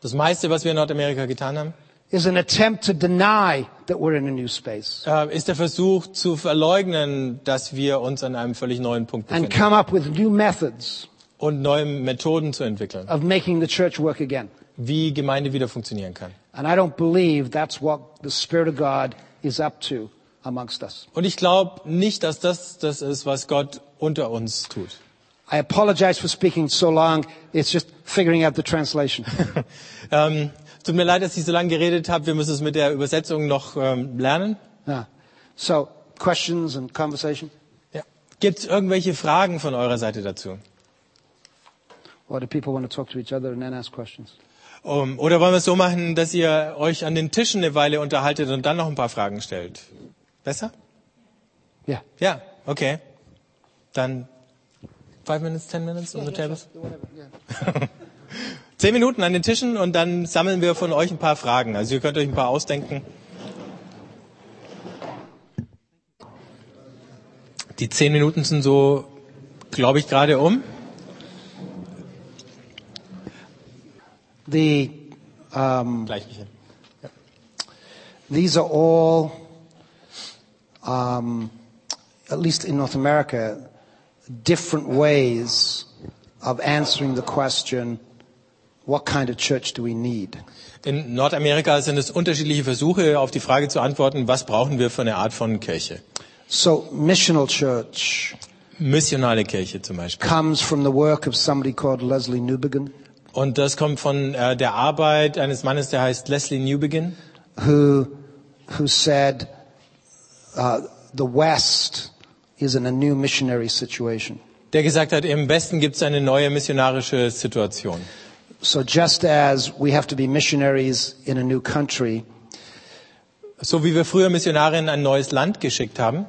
Das meiste, was wir in Nordamerika getan haben,
is an attempt to deny that we're in a new space
äh, ist der Versuch zu verleugnen, dass wir uns an einem völlig neuen Punkt
and
befinden
come up with new methods
und neue Methoden zu entwickeln,
of making the church work again.
wie Gemeinde wieder funktionieren kann.
And I don't believe that's what the Spirit of God is up to amongst us.
Und ich glaube nicht, dass das das ist, was Gott unter uns tut.
I apologize for speaking so long. It's just figuring out the translation.
Ähm, tut mir leid, dass ich so lange geredet habe. Wir müssen es mit der Übersetzung noch ähm, lernen.
Ah. so, questions and conversation?
Ja. Gibt es irgendwelche Fragen von eurer Seite dazu?
Or do people want to talk to each other and then ask questions?
Um, oder wollen wir es so machen, dass ihr euch an den Tischen eine Weile unterhaltet und dann noch ein paar Fragen stellt? Besser?
Yeah.
Ja, okay. Dann five minutes, ten minutes on the tables. Zehn Minuten an den Tischen und dann sammeln wir von euch ein paar Fragen. Also ihr könnt euch ein paar ausdenken. Die zehn Minuten sind so, glaube ich, gerade um.
The,
Gleich, Michael.
these are all, um, at least in North America, different ways of answering the question, what kind of church do we need?
In Nordamerika sind es unterschiedliche Versuche, auf die Frage zu antworten, was brauchen wir für eine Art von Kirche?
So, missional church
Missionale Kirche zum Beispiel.
comes from the work of somebody called Leslie Newbegin.
Und das kommt von äh, der Arbeit eines Mannes, der heißt Leslie Newbegin.
who, who said uh, the West is in a new missionary situation.
der gesagt hat, im Westen gibt es eine neue missionarische Situation.
So just as we have to be missionaries in a new country,
So wie wir früher Missionare in ein neues Land geschickt haben,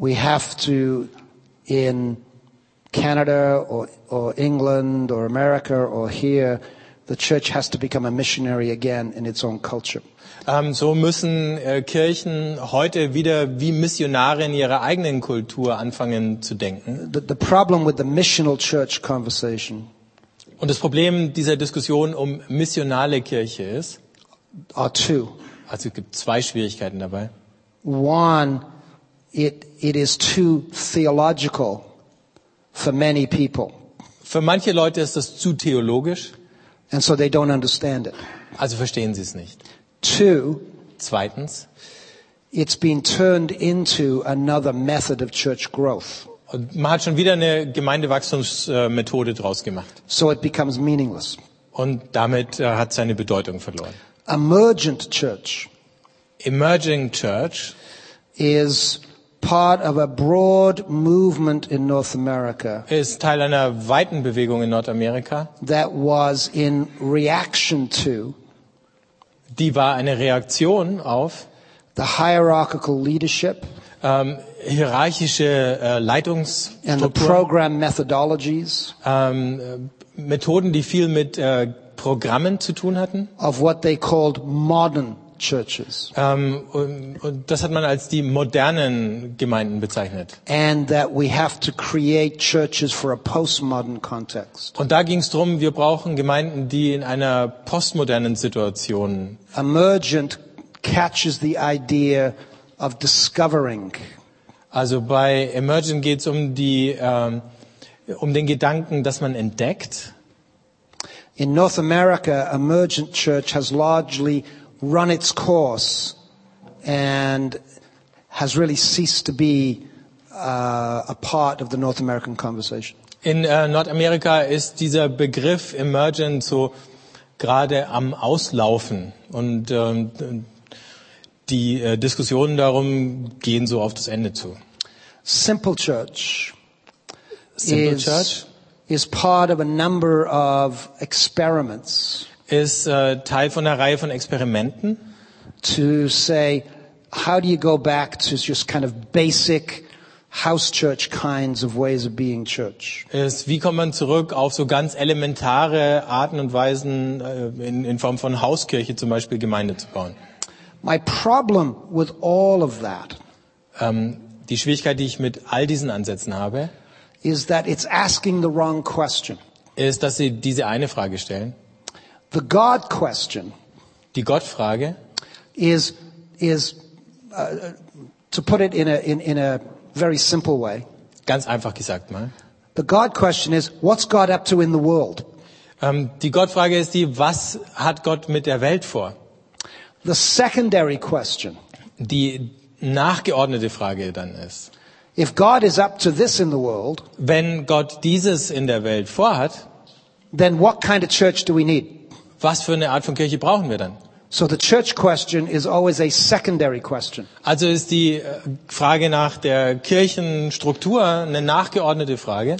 we have to in Canada or, or England or America or here, the church has to become a missionary again in its own culture.
ähm, so müssen äh, Kirchen heute wieder wie Missionare in ihrer eigenen Kultur anfangen zu denken.
The, the problem with the missional church conversation
Und das Problem dieser Diskussion um missionale Kirche ist,
are two.
also es gibt zwei Schwierigkeiten dabei.
One, it, it is too theological for many people,
Für manche Leute ist das zu theologisch,
and so they don't understand it.
also verstehen sie es nicht.
Two,
Zweitens,
it's been turned into another method of church growth,
und man hat schon wieder eine Gemeindewachstumsmethode draus gemacht.
so it becomes meaningless.
Und damit äh, hat seine Bedeutung verloren.
Emergent church
Emerging Church
is part of a broad movement in North America
ist Teil einer weiten Bewegung in Nordamerika.
that was in reaction to
Die war eine Reaktion auf
the hierarchical leadership
ähm, hierarchische äh,
and the
Leitungsstrukturen,
program methodologies
ähm, äh, Methoden, die viel mit äh, Programmen zu tun hatten.
of what they called modern churches.
Ähm, und, und das hat man als die modernen Gemeinden bezeichnet.
And that we have to create churches for a postmodern context,
Und da ging es darum, wir brauchen Gemeinden, die in einer postmodernen Situation.
Emergent catches the idea of discovering
Also bei Emergent geht es um, die, ähm, um den Gedanken, dass man entdeckt.
In North America, emergent church has largely run its course and has really ceased to be uh, a part of the North American conversation.
In äh, Nordamerika ist dieser Begriff Emergent so gerade am Auslaufen. Und ähm, die äh, Diskussionen darum gehen so auf das Ende zu.
Simple church
Simple
is,
Church
is part of a number of experiments
ist äh, Teil von einer Reihe von Experimenten.
to say, how do you go back to just kind of basic house church kinds of ways of being church?
ist, wie kommt man zurück auf so ganz elementare Arten und Weisen äh, in, in Form von Hauskirche zum Beispiel Gemeinde zu bauen.
My problem with all of that
Ähm, die Schwierigkeit, die ich mit all diesen Ansätzen habe,
is that it's asking the wrong question.
ist, dass sie diese eine Frage stellen.
The God question
Die Gottfrage
is, is uh, to put it in a, in, in a very simple way,
ganz einfach gesagt mal.
the God question is, what's God up to in the world?
Ähm, die Gottfrage ist die, was hat Gott mit der Welt vor?
The secondary question,
Die nachgeordnete Frage dann ist,
if God is up to this in the world,
wenn Gott dieses in der Welt vorhat,
then what kind of church do we need?
was für eine Art von Kirche brauchen wir dann?
So the church question is always a secondary question.
Also ist die äh, Frage nach der Kirchenstruktur eine nachgeordnete Frage.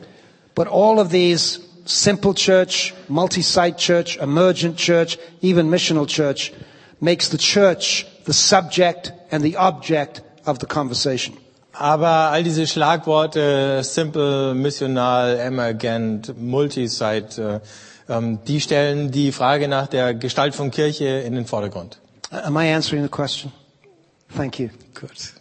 But all of these simple church, multi-site church, emergent church, even missional church makes the church the subject and the object of the conversation.
Aber all diese Schlagworte, simple, missional, emergent, multisite, äh, ähm, die stellen die Frage nach der Gestalt von Kirche in den Vordergrund.
Uh, Am I answering the question? Thank you.
Gut.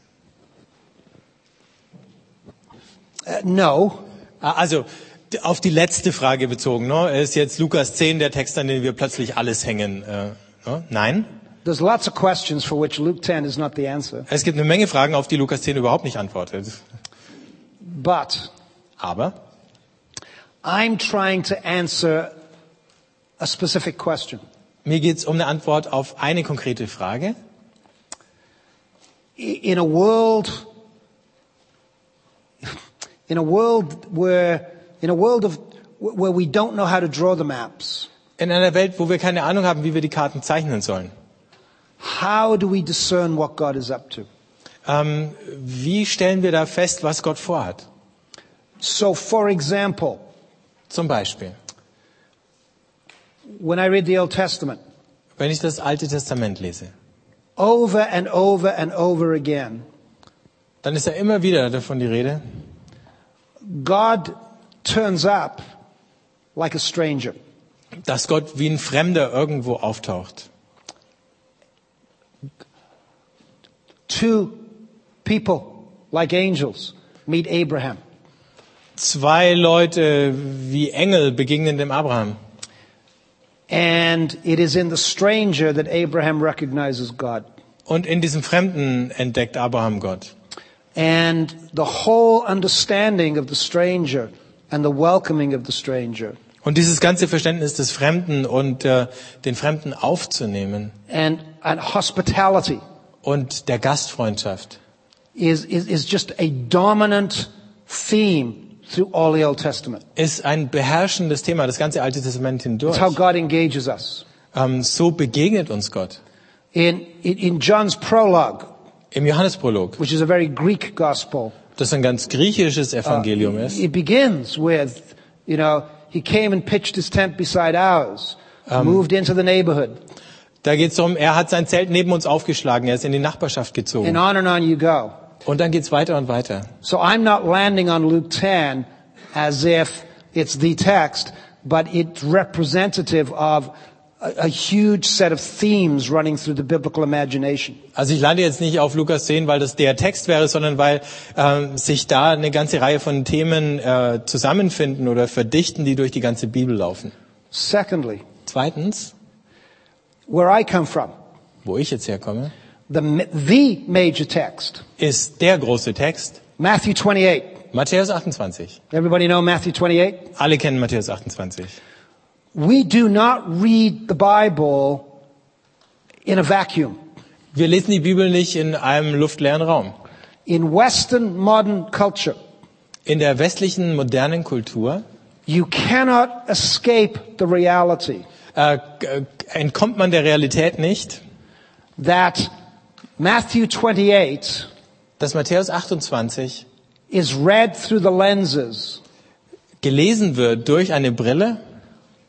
Uh, no,
Ah, Also d- auf die letzte Frage bezogen, ne? ist jetzt Lukas 10 der Text, an den wir plötzlich alles hängen? Äh, ne? Nein.
there's lots of questions for which Luke 10 is not the answer.
Es gibt eine Menge Fragen, auf die Lukas 10 überhaupt nicht antwortet.
But
Aber
I'm trying to answer a specific question.
Mir geht's um eine Antwort auf eine konkrete Frage.
I- In a world, in a world where, in a world of, where we don't know how to draw the maps,
In einer Welt, wo wir keine Ahnung haben, wie wir die Karten zeichnen sollen.
how do we discern what God is up to?
Ähm, wie stellen wir da fest, was Gott vorhat?
So for example,
Zum Beispiel,
when I read the Old Testament,
wenn ich das Alte Testament lese,
over and over and over again,
dann ist ja immer wieder davon die Rede,
God turns up like a stranger.
dass Gott wie ein Fremder irgendwo auftaucht.
Two people, like angels, meet Abraham.
Zwei Leute wie Engel begegnen dem Abraham.
And it is in the stranger that Abraham recognizes God.
Und in diesem Fremden entdeckt Abraham Gott.
And the whole understanding of the stranger and the welcoming of the stranger
Und dieses ganze Verständnis des Fremden und äh, den Fremden aufzunehmen
and, and hospitality
und der Gastfreundschaft.
is, is, is just a dominant theme through all the Old Testament.
ist ein beherrschendes Thema, das ganze Alte Testament
It's
hindurch.
how God engages us.
Ähm, so begegnet uns Gott.
In, in, in John's prologue,
im Johannesprolog,
which is a very Greek gospel.
das ein ganz griechisches Evangelium ist.
It begins with, you know, he came and pitched his tent beside ours, moved into the neighborhood,
Da geht es darum, er hat sein Zelt neben uns aufgeschlagen, er ist in die Nachbarschaft gezogen.
and on and on you go.
Und dann geht's weiter und weiter.
So I'm not landing on Luke 10 as if it's the text, but it's representative of a, a huge set of themes running through the biblical imagination.
Also ich lande jetzt nicht auf Lukas 10, weil das der Text wäre, sondern weil ähm, sich da eine ganze Reihe von Themen äh, zusammenfinden oder verdichten, die durch die ganze Bibel laufen.
Secondly,
Zweitens,
where I come from,
wo ich jetzt herkomme,
the, ma- the major text,
ist der große Text
Matthew 28.
Matthäus 28.
Everybody know Matthew 28?
Alle kennen Matthäus 28.
We do not read the Bible in a vacuum.
Wir lesen die Bibel nicht in einem luftleeren Raum.
In Western modern culture,
In der westlichen modernen Kultur
you cannot escape the reality
äh, k- entkommt man der Realität nicht,
that Matthew 28
dass Matthäus 28
is read through the lenses
gelesen wird durch eine Brille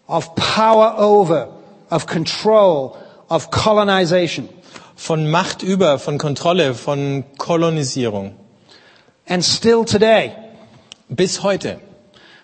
of power over, of control, of colonization.
von Macht über, von Kontrolle, von Kolonisierung.
And still today,
Bis heute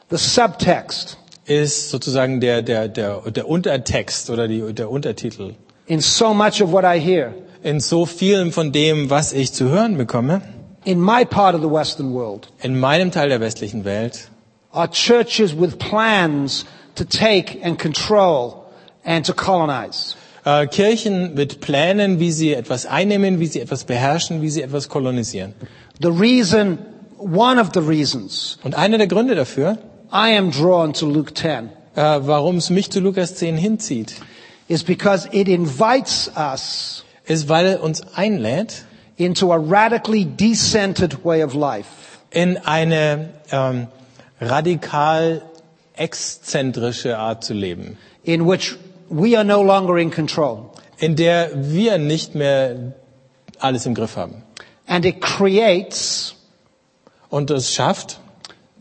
the subtext
ist sozusagen der, der, der, der Untertext oder die, der Untertitel.
in so much of what I hear
In so vielem von dem, was ich zu hören bekomme,
in my part of the Western world
in meinem Teil der westlichen Welt,
are churches with plans to take and control and to colonize.
äh, Kirchen mit Plänen, wie sie etwas einnehmen, wie sie etwas beherrschen, wie sie etwas kolonisieren.
The reason, one of the reasons
Und einer der Gründe dafür,
I am drawn to Luke 10
äh, warum es mich zu Lukas 10 hinzieht,
is because it invites us
ist, weil er uns einlädt
into a radically decentered way of life.
in eine ähm, radikal exzentrische Art zu leben,
in which we are no longer in control.
in der wir nicht mehr alles im Griff haben.
And it creates
Und das schafft,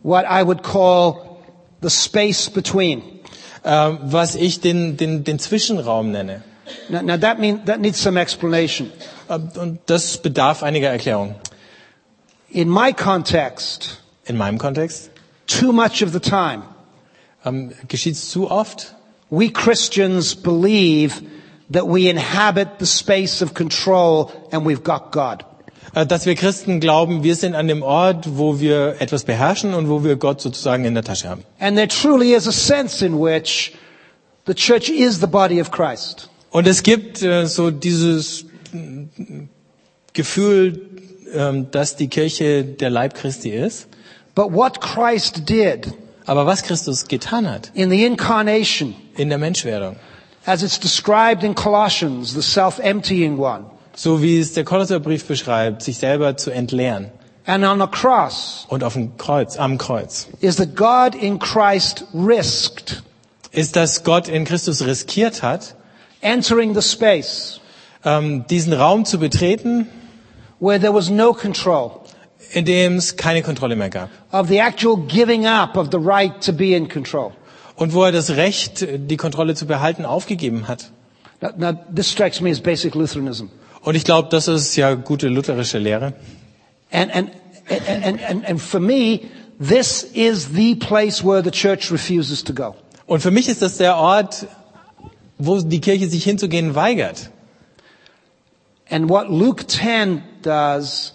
what I would call the space between.
äh, was ich den, den, den Zwischenraum nenne.
Now, now that, mean, that needs some explanation.
Äh, Und das bedarf einiger Erklärung.
In my context,
In meinem Kontext
too much of the time,
ähm, geschieht es zu oft,
we Christians believe that we inhabit the space of control and we've got God.
äh, dass wir Christen glauben, wir sind an dem Ort, wo wir etwas beherrschen und wo wir Gott sozusagen in der Tasche haben.
And there truly is a sense in which the church is the body of Christ.
Und es gibt äh, so dieses mm, Gefühl, ähm, dass die Kirche der Leib Christi ist.
But what Christ did
Aber was Christus getan hat
in the incarnation
in der Menschwerdung,
as it's described in Colossians, the self-emptying one.
so wie es der Kolosserbrief beschreibt, sich selber zu entleeren
And on the cross
und auf dem Kreuz, am Kreuz,
is that God in Christ risked
ist, dass Gott in Christus riskiert hat,
entering the space
ähm, diesen Raum zu betreten,
where there was no control
in dem es keine Kontrolle mehr gab.
of the actual giving up of the right to be in control.
Und wo er das Recht, die Kontrolle zu behalten, aufgegeben hat.
Now, now this strikes me as basic Lutheranism.
Und ich glaube, das ist ja gute lutherische Lehre.
And, and, and, and, and, and for me, this is the place where the church refuses to go.
Und für mich ist das der Ort, wo die Kirche sich hinzugehen weigert.
And what Luke 10 does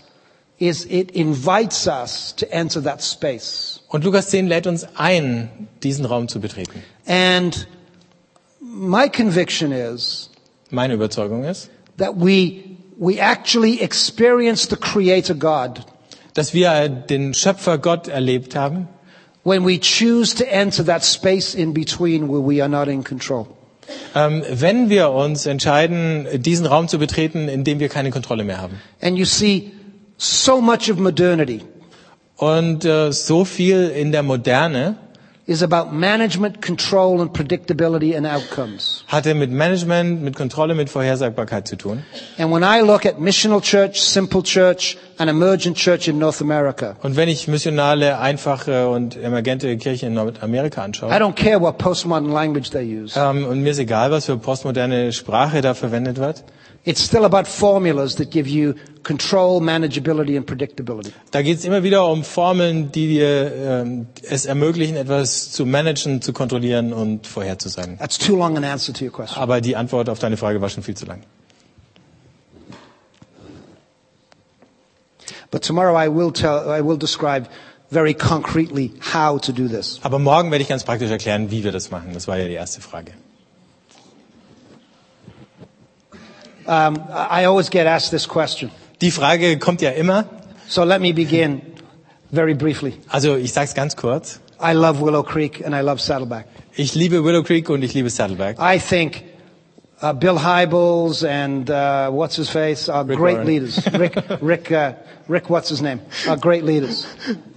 is it invites us to enter that space.
Und Lukas 10 lädt uns ein, diesen Raum zu betreten.
And my conviction is
Meine Überzeugung ist,
that we, we actually experience the Creator God
dass wir den Schöpfer Gott erlebt haben,
when we choose to enter that space in between where we are not in control.
ähm, wenn wir uns entscheiden, diesen Raum zu betreten, in dem wir keine Kontrolle mehr haben.
And you see, so much of modernity
Und äh, so viel in der Moderne
is about management, control, and predictability and outcomes.
Hatte mit Management, mit Kontrolle, mit Vorhersagbarkeit zu tun.
And when I look at missional church, simple church, and emergent church in North America,
Und wenn ich missionale, einfache und emergente Kirchen in Nordamerika
I
anschaue,
don't care what postmodern language they use.
ähm, und mir ist egal, was für postmoderne Sprache da verwendet wird,
It's still about formulas that give you control, manageability, and predictability.
da geht es immer wieder um Formeln, die dir ähm, es ermöglichen, etwas zu managen, zu kontrollieren und vorherzusagen.
That's too long an answer to your question.
Aber die Antwort auf deine Frage war schon viel zu lang.
But tomorrow I will tell, I will describe very concretely how to do this.
Aber morgen werde ich ganz praktisch erklären, wie wir das machen. Das war ja die erste Frage.
I I always get asked this question.
Die Frage kommt ja immer.
So let me begin very briefly.
Also ich sage es ganz kurz.
I love Willow Creek and I love Saddleback.
Ich liebe Willow Creek und ich liebe Saddleback.
I think uh, Bill Hybels and uh, what's his face are great
Warren.
leaders. Rick, Rick, uh, Rick, what's his name? Are great leaders.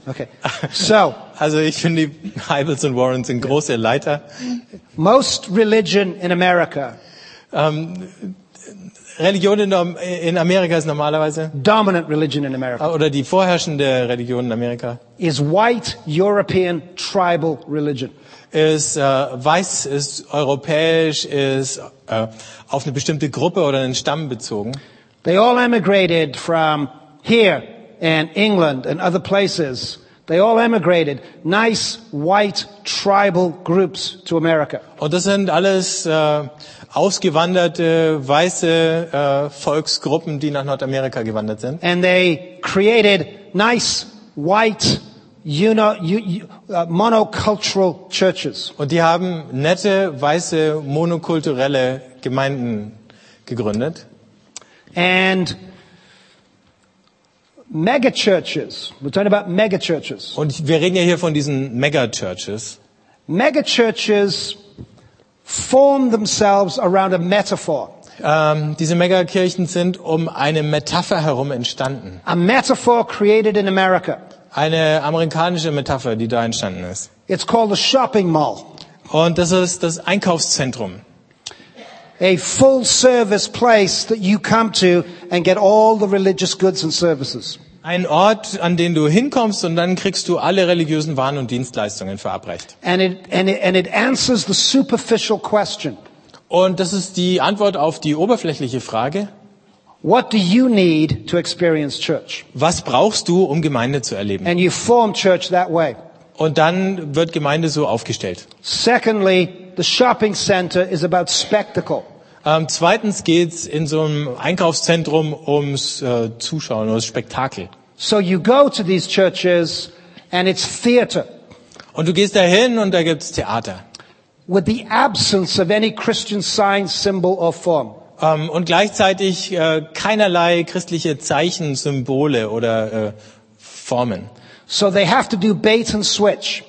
Okay. So
Also ich finde, die Hybels und Warren sind große Leiter.
most religion in America,
Religion in, in Amerika ist normalerweise,
dominant religion in America,
oder die vorherrschende Religion in Amerika,
is white European tribal religion.
ist äh, weiß, ist europäisch, ist äh, auf eine bestimmte Gruppe oder einen Stamm bezogen.
They all emigrated from here and England and other places. They all emigrated, nice white tribal groups to America.
Und das sind alles äh, ausgewanderte weiße äh, Volksgruppen, die nach Nordamerika gewandert sind.
And they created nice white you know, you, you, uh, monocultural churches.
Und die haben nette, weiße, monokulturelle Gemeinden gegründet.
And mega churches. We're talking about mega churches.
Und wir reden ja hier von diesen Megachurches.
Mega churches form themselves around a metaphor.
Ähm, diese Megakirchen sind um eine Metapher herum entstanden.
A metaphor created in America.
Eine amerikanische Metapher, die da entstanden ist.
It's called a shopping mall,
Und das ist das Einkaufszentrum.
a full service place that you come to and get all the religious goods and services.
Ein Ort, an den du hinkommst und dann kriegst du alle religiösen Waren und Dienstleistungen verabreicht.
And it, and it, and it answers the superficial question.
Und das ist die Antwort auf die oberflächliche Frage,
What do you need to experience church?
was brauchst du, um Gemeinde zu erleben?
And you form church that way.
Und dann wird Gemeinde so aufgestellt.
Secondly, the shopping center is about spectacle.
Ähm, zweitens geht's in so einem Einkaufszentrum ums äh, Zuschauen, ums Spektakel.
So you go to these churches and it's theater
Und du gehst dahin und da gibt's Theater.
with the absence of any Christian sign, symbol, or form.
Ähm, und gleichzeitig äh, keinerlei christliche Zeichen, Symbole oder äh, Formen.
So they have to do bait and switch.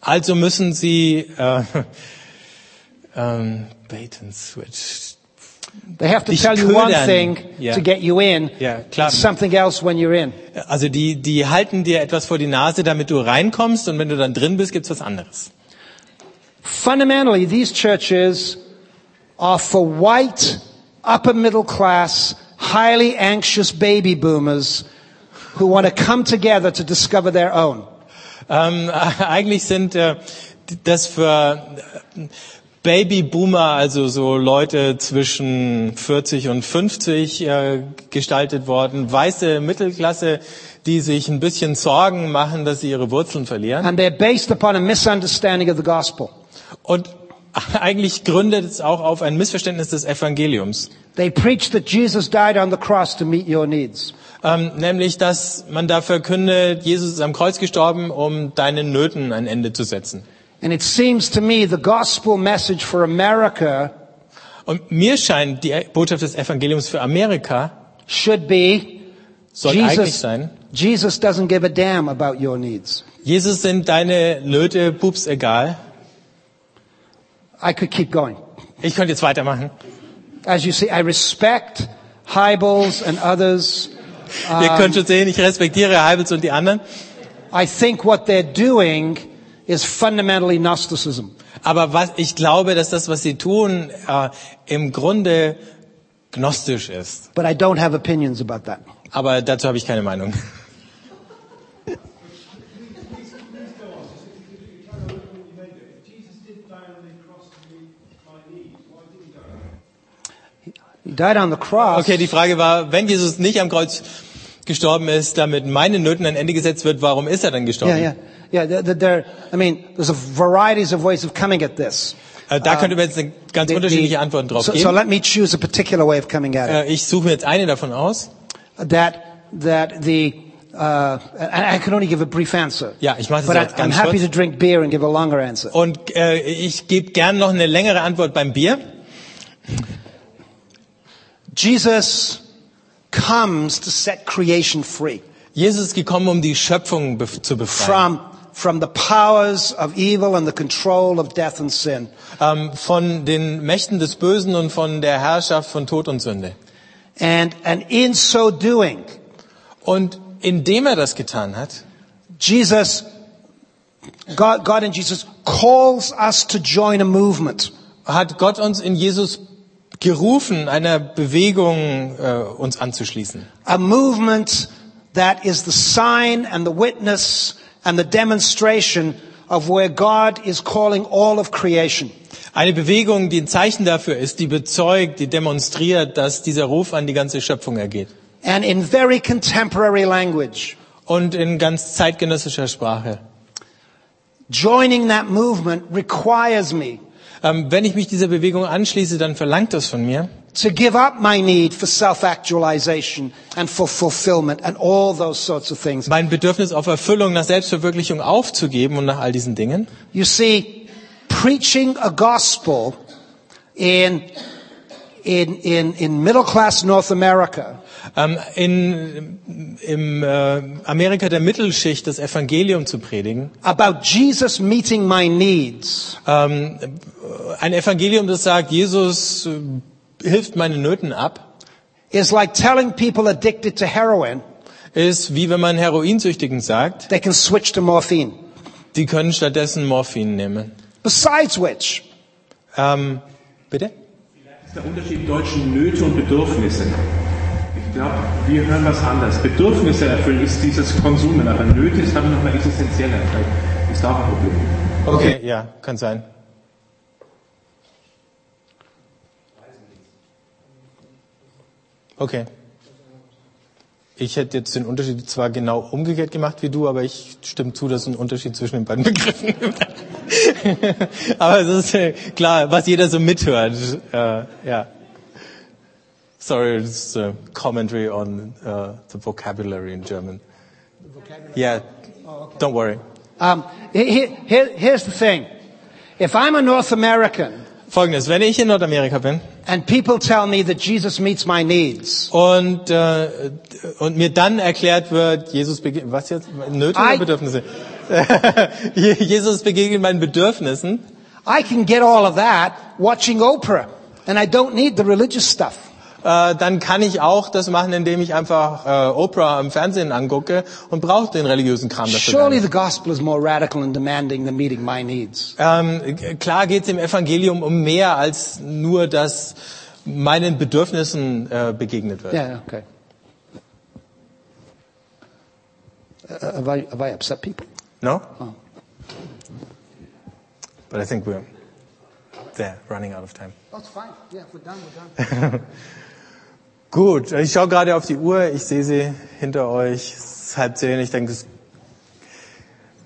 Also müssen sie äh, ähm, bait and switch.
They have to
Dich
tell you one
ködern.
thing
Ja.
to get you in,
Ja, klar.
and something else when you're in.
Also die, die halten dir etwas vor die Nase, damit du reinkommst und wenn du dann drin bist, gibt's was anderes.
Fundamentally, these churches are for white, upper middle class, highly anxious baby boomers who want to come together to discover their own.
Ähm, eigentlich sind äh, das für äh, Babyboomer, also so Leute zwischen 40 und 50 äh, gestaltet worden, weiße Mittelklasse, die sich ein bisschen Sorgen machen, dass sie ihre Wurzeln verlieren.
And they're based upon a misunderstanding of the gospel.
Und eigentlich gründet es auch auf ein Missverständnis des Evangeliums.
They preach that Jesus died on the cross to meet your needs.
Ähm, nämlich, dass man da verkündet, Jesus ist am Kreuz gestorben, um deinen Nöten ein Ende zu setzen.
And it seems to me the gospel message for America
Und mir scheint, die Botschaft des Evangeliums für Amerika
should be
soll eigentlich sein.
Jesus doesn't give a damn about your needs.
Jesus sind deine Nöte, pups egal.
I could keep going.
Ich könnte jetzt weitermachen.
As you see, I respect Hybels and others.
Ah. Ihr könnt schon sehen, ich respektiere Heibels und die anderen.
I think what they're doing is fundamentally Gnosticism.
Aber was, ich glaube, dass das, was sie tun, äh, im Grunde gnostisch ist.
But I don't have opinions about that.
Aber dazu habe ich keine Meinung.
Please go on. Just if you could you carry on with what you made there. If Jesus did die on the cross to meet my needs, why did he die?
He died on the cross.
Okay, die Frage war, wenn Jesus nicht am Kreuz gestorben ist, damit meine Nöten ein Ende gesetzt wird, warum ist er dann
Yeah,
gestorben?
yeah, yeah. There, there- there, I mean, there's a varieties of ways of coming at this.
Äh, da könnte man jetzt eine ganz
The- the-
unterschiedliche Antworten drauf
so, so
geben.
let me choose a particular way of coming at it.
Äh, ich suche mir jetzt eine davon aus.
that that the uh, I I can only give a brief answer.
Ja, ich mach das
But
jetzt
I- I'm
ganz
happy
kurz.
to drink beer and give a longer answer.
Und äh, ich gebe gern noch eine längere Antwort beim Bier.
Jesus comes to set creation free
Jesus ist gekommen, um die Schöpfung bef zu befreien.
from from the powers of evil and the control of death and sin.
Ähm, von den Mächten des Bösen und von der Herrschaft von Tod und Sünde.
And and in so doing,
Und indem er das getan hat,
Jesus God God in Jesus calls us to join a movement.
hat Gott uns in Jesus gerufen, einer Bewegung äh, uns anzuschließen.
a movement that is the sign and the witness and the demonstration of where God is calling all of creation.
Eine Bewegung, die ein Zeichen dafür ist, die bezeugt, die demonstriert, dass dieser Ruf an die ganze Schöpfung ergeht.
And in very contemporary language,
Und in ganz zeitgenössischer Sprache.
joining that movement requires me
Ähm, wenn ich mich dieser Bewegung anschließe, dann verlangt das von mir,
to give up my need for self-actualization and for fulfillment and all those sorts of things.
mein Bedürfnis auf Erfüllung, nach Selbstverwirklichung aufzugeben und nach all diesen Dingen.
You see, preaching a gospel in, in, in, in middle class North America
Ähm, in im äh, Amerika der Mittelschicht das Evangelium zu predigen,
about Jesus meeting my needs
ähm, ein Evangelium, das sagt, Jesus äh, hilft meine Nöten ab,
is like telling people addicted to heroin
ist wie wenn man Heroinsüchtigen sagt,
they can switch to morphine.
die können stattdessen Morphin nehmen.
Besides which,
Ähm, bitte?
Das ist der Unterschied deutschen Nöte und Bedürfnisse. Ich glaube, wir hören was anders. Bedürfnisse erfüllen ist dieses Konsumen, aber Nöte ist, glaube ich, nochmal existenzieller. Vielleicht ist da auch ein Problem.
Okay, ja, kann sein. Okay. Ich hätte jetzt den Unterschied zwar genau umgekehrt gemacht wie du, aber ich stimme zu, dass ein Unterschied zwischen den beiden Begriffen gibt. aber es ist äh, klar, was jeder so mithört. Äh, ja. Sorry, it's a commentary on uh, the vocabulary in German. Yeah, don't worry.
um, he- he- here- here's the thing. If I'm a North American
Folgendes, wenn ich in Nordamerika bin,
and people tell me that Jesus meets my needs,
Und, äh, und mir dann erklärt wird, Jesus begegnet, was jetzt, Nöte
I-
oder Bedürfnisse? Je- Jesus begegnet meinen Bedürfnissen.
I can get all of that watching Oprah. And I don't need the religious stuff.
Äh, dann kann ich auch das machen, indem ich einfach äh, Oprah im Fernsehen angucke und brauche den religiösen Kram dafür. gar
Surely
nicht.
the gospel is more radical and demanding than meeting my needs.
Ähm, g- klar geht es im Evangelium um mehr als nur, dass meinen Bedürfnissen äh, begegnet wird.
Yeah, okay. Uh, have, I, have I upset people?
No? But I think we're there, running out of time.
That's fine. Yeah, if we're done, we're done.
Gut, ich schaue gerade auf die Uhr, ich sehe sie hinter euch, es ist halb zehn, ich denke, das ist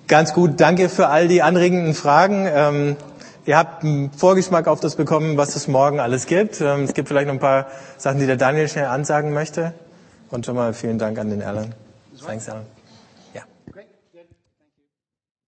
ganz gut. Danke für all die anregenden Fragen. Ähm, ihr habt einen Vorgeschmack auf das bekommen, was es morgen alles gibt. Ähm, es gibt vielleicht noch ein paar Sachen, die der Daniel schnell ansagen möchte. Und schon mal vielen Dank an den Alan. Thanks, Alan.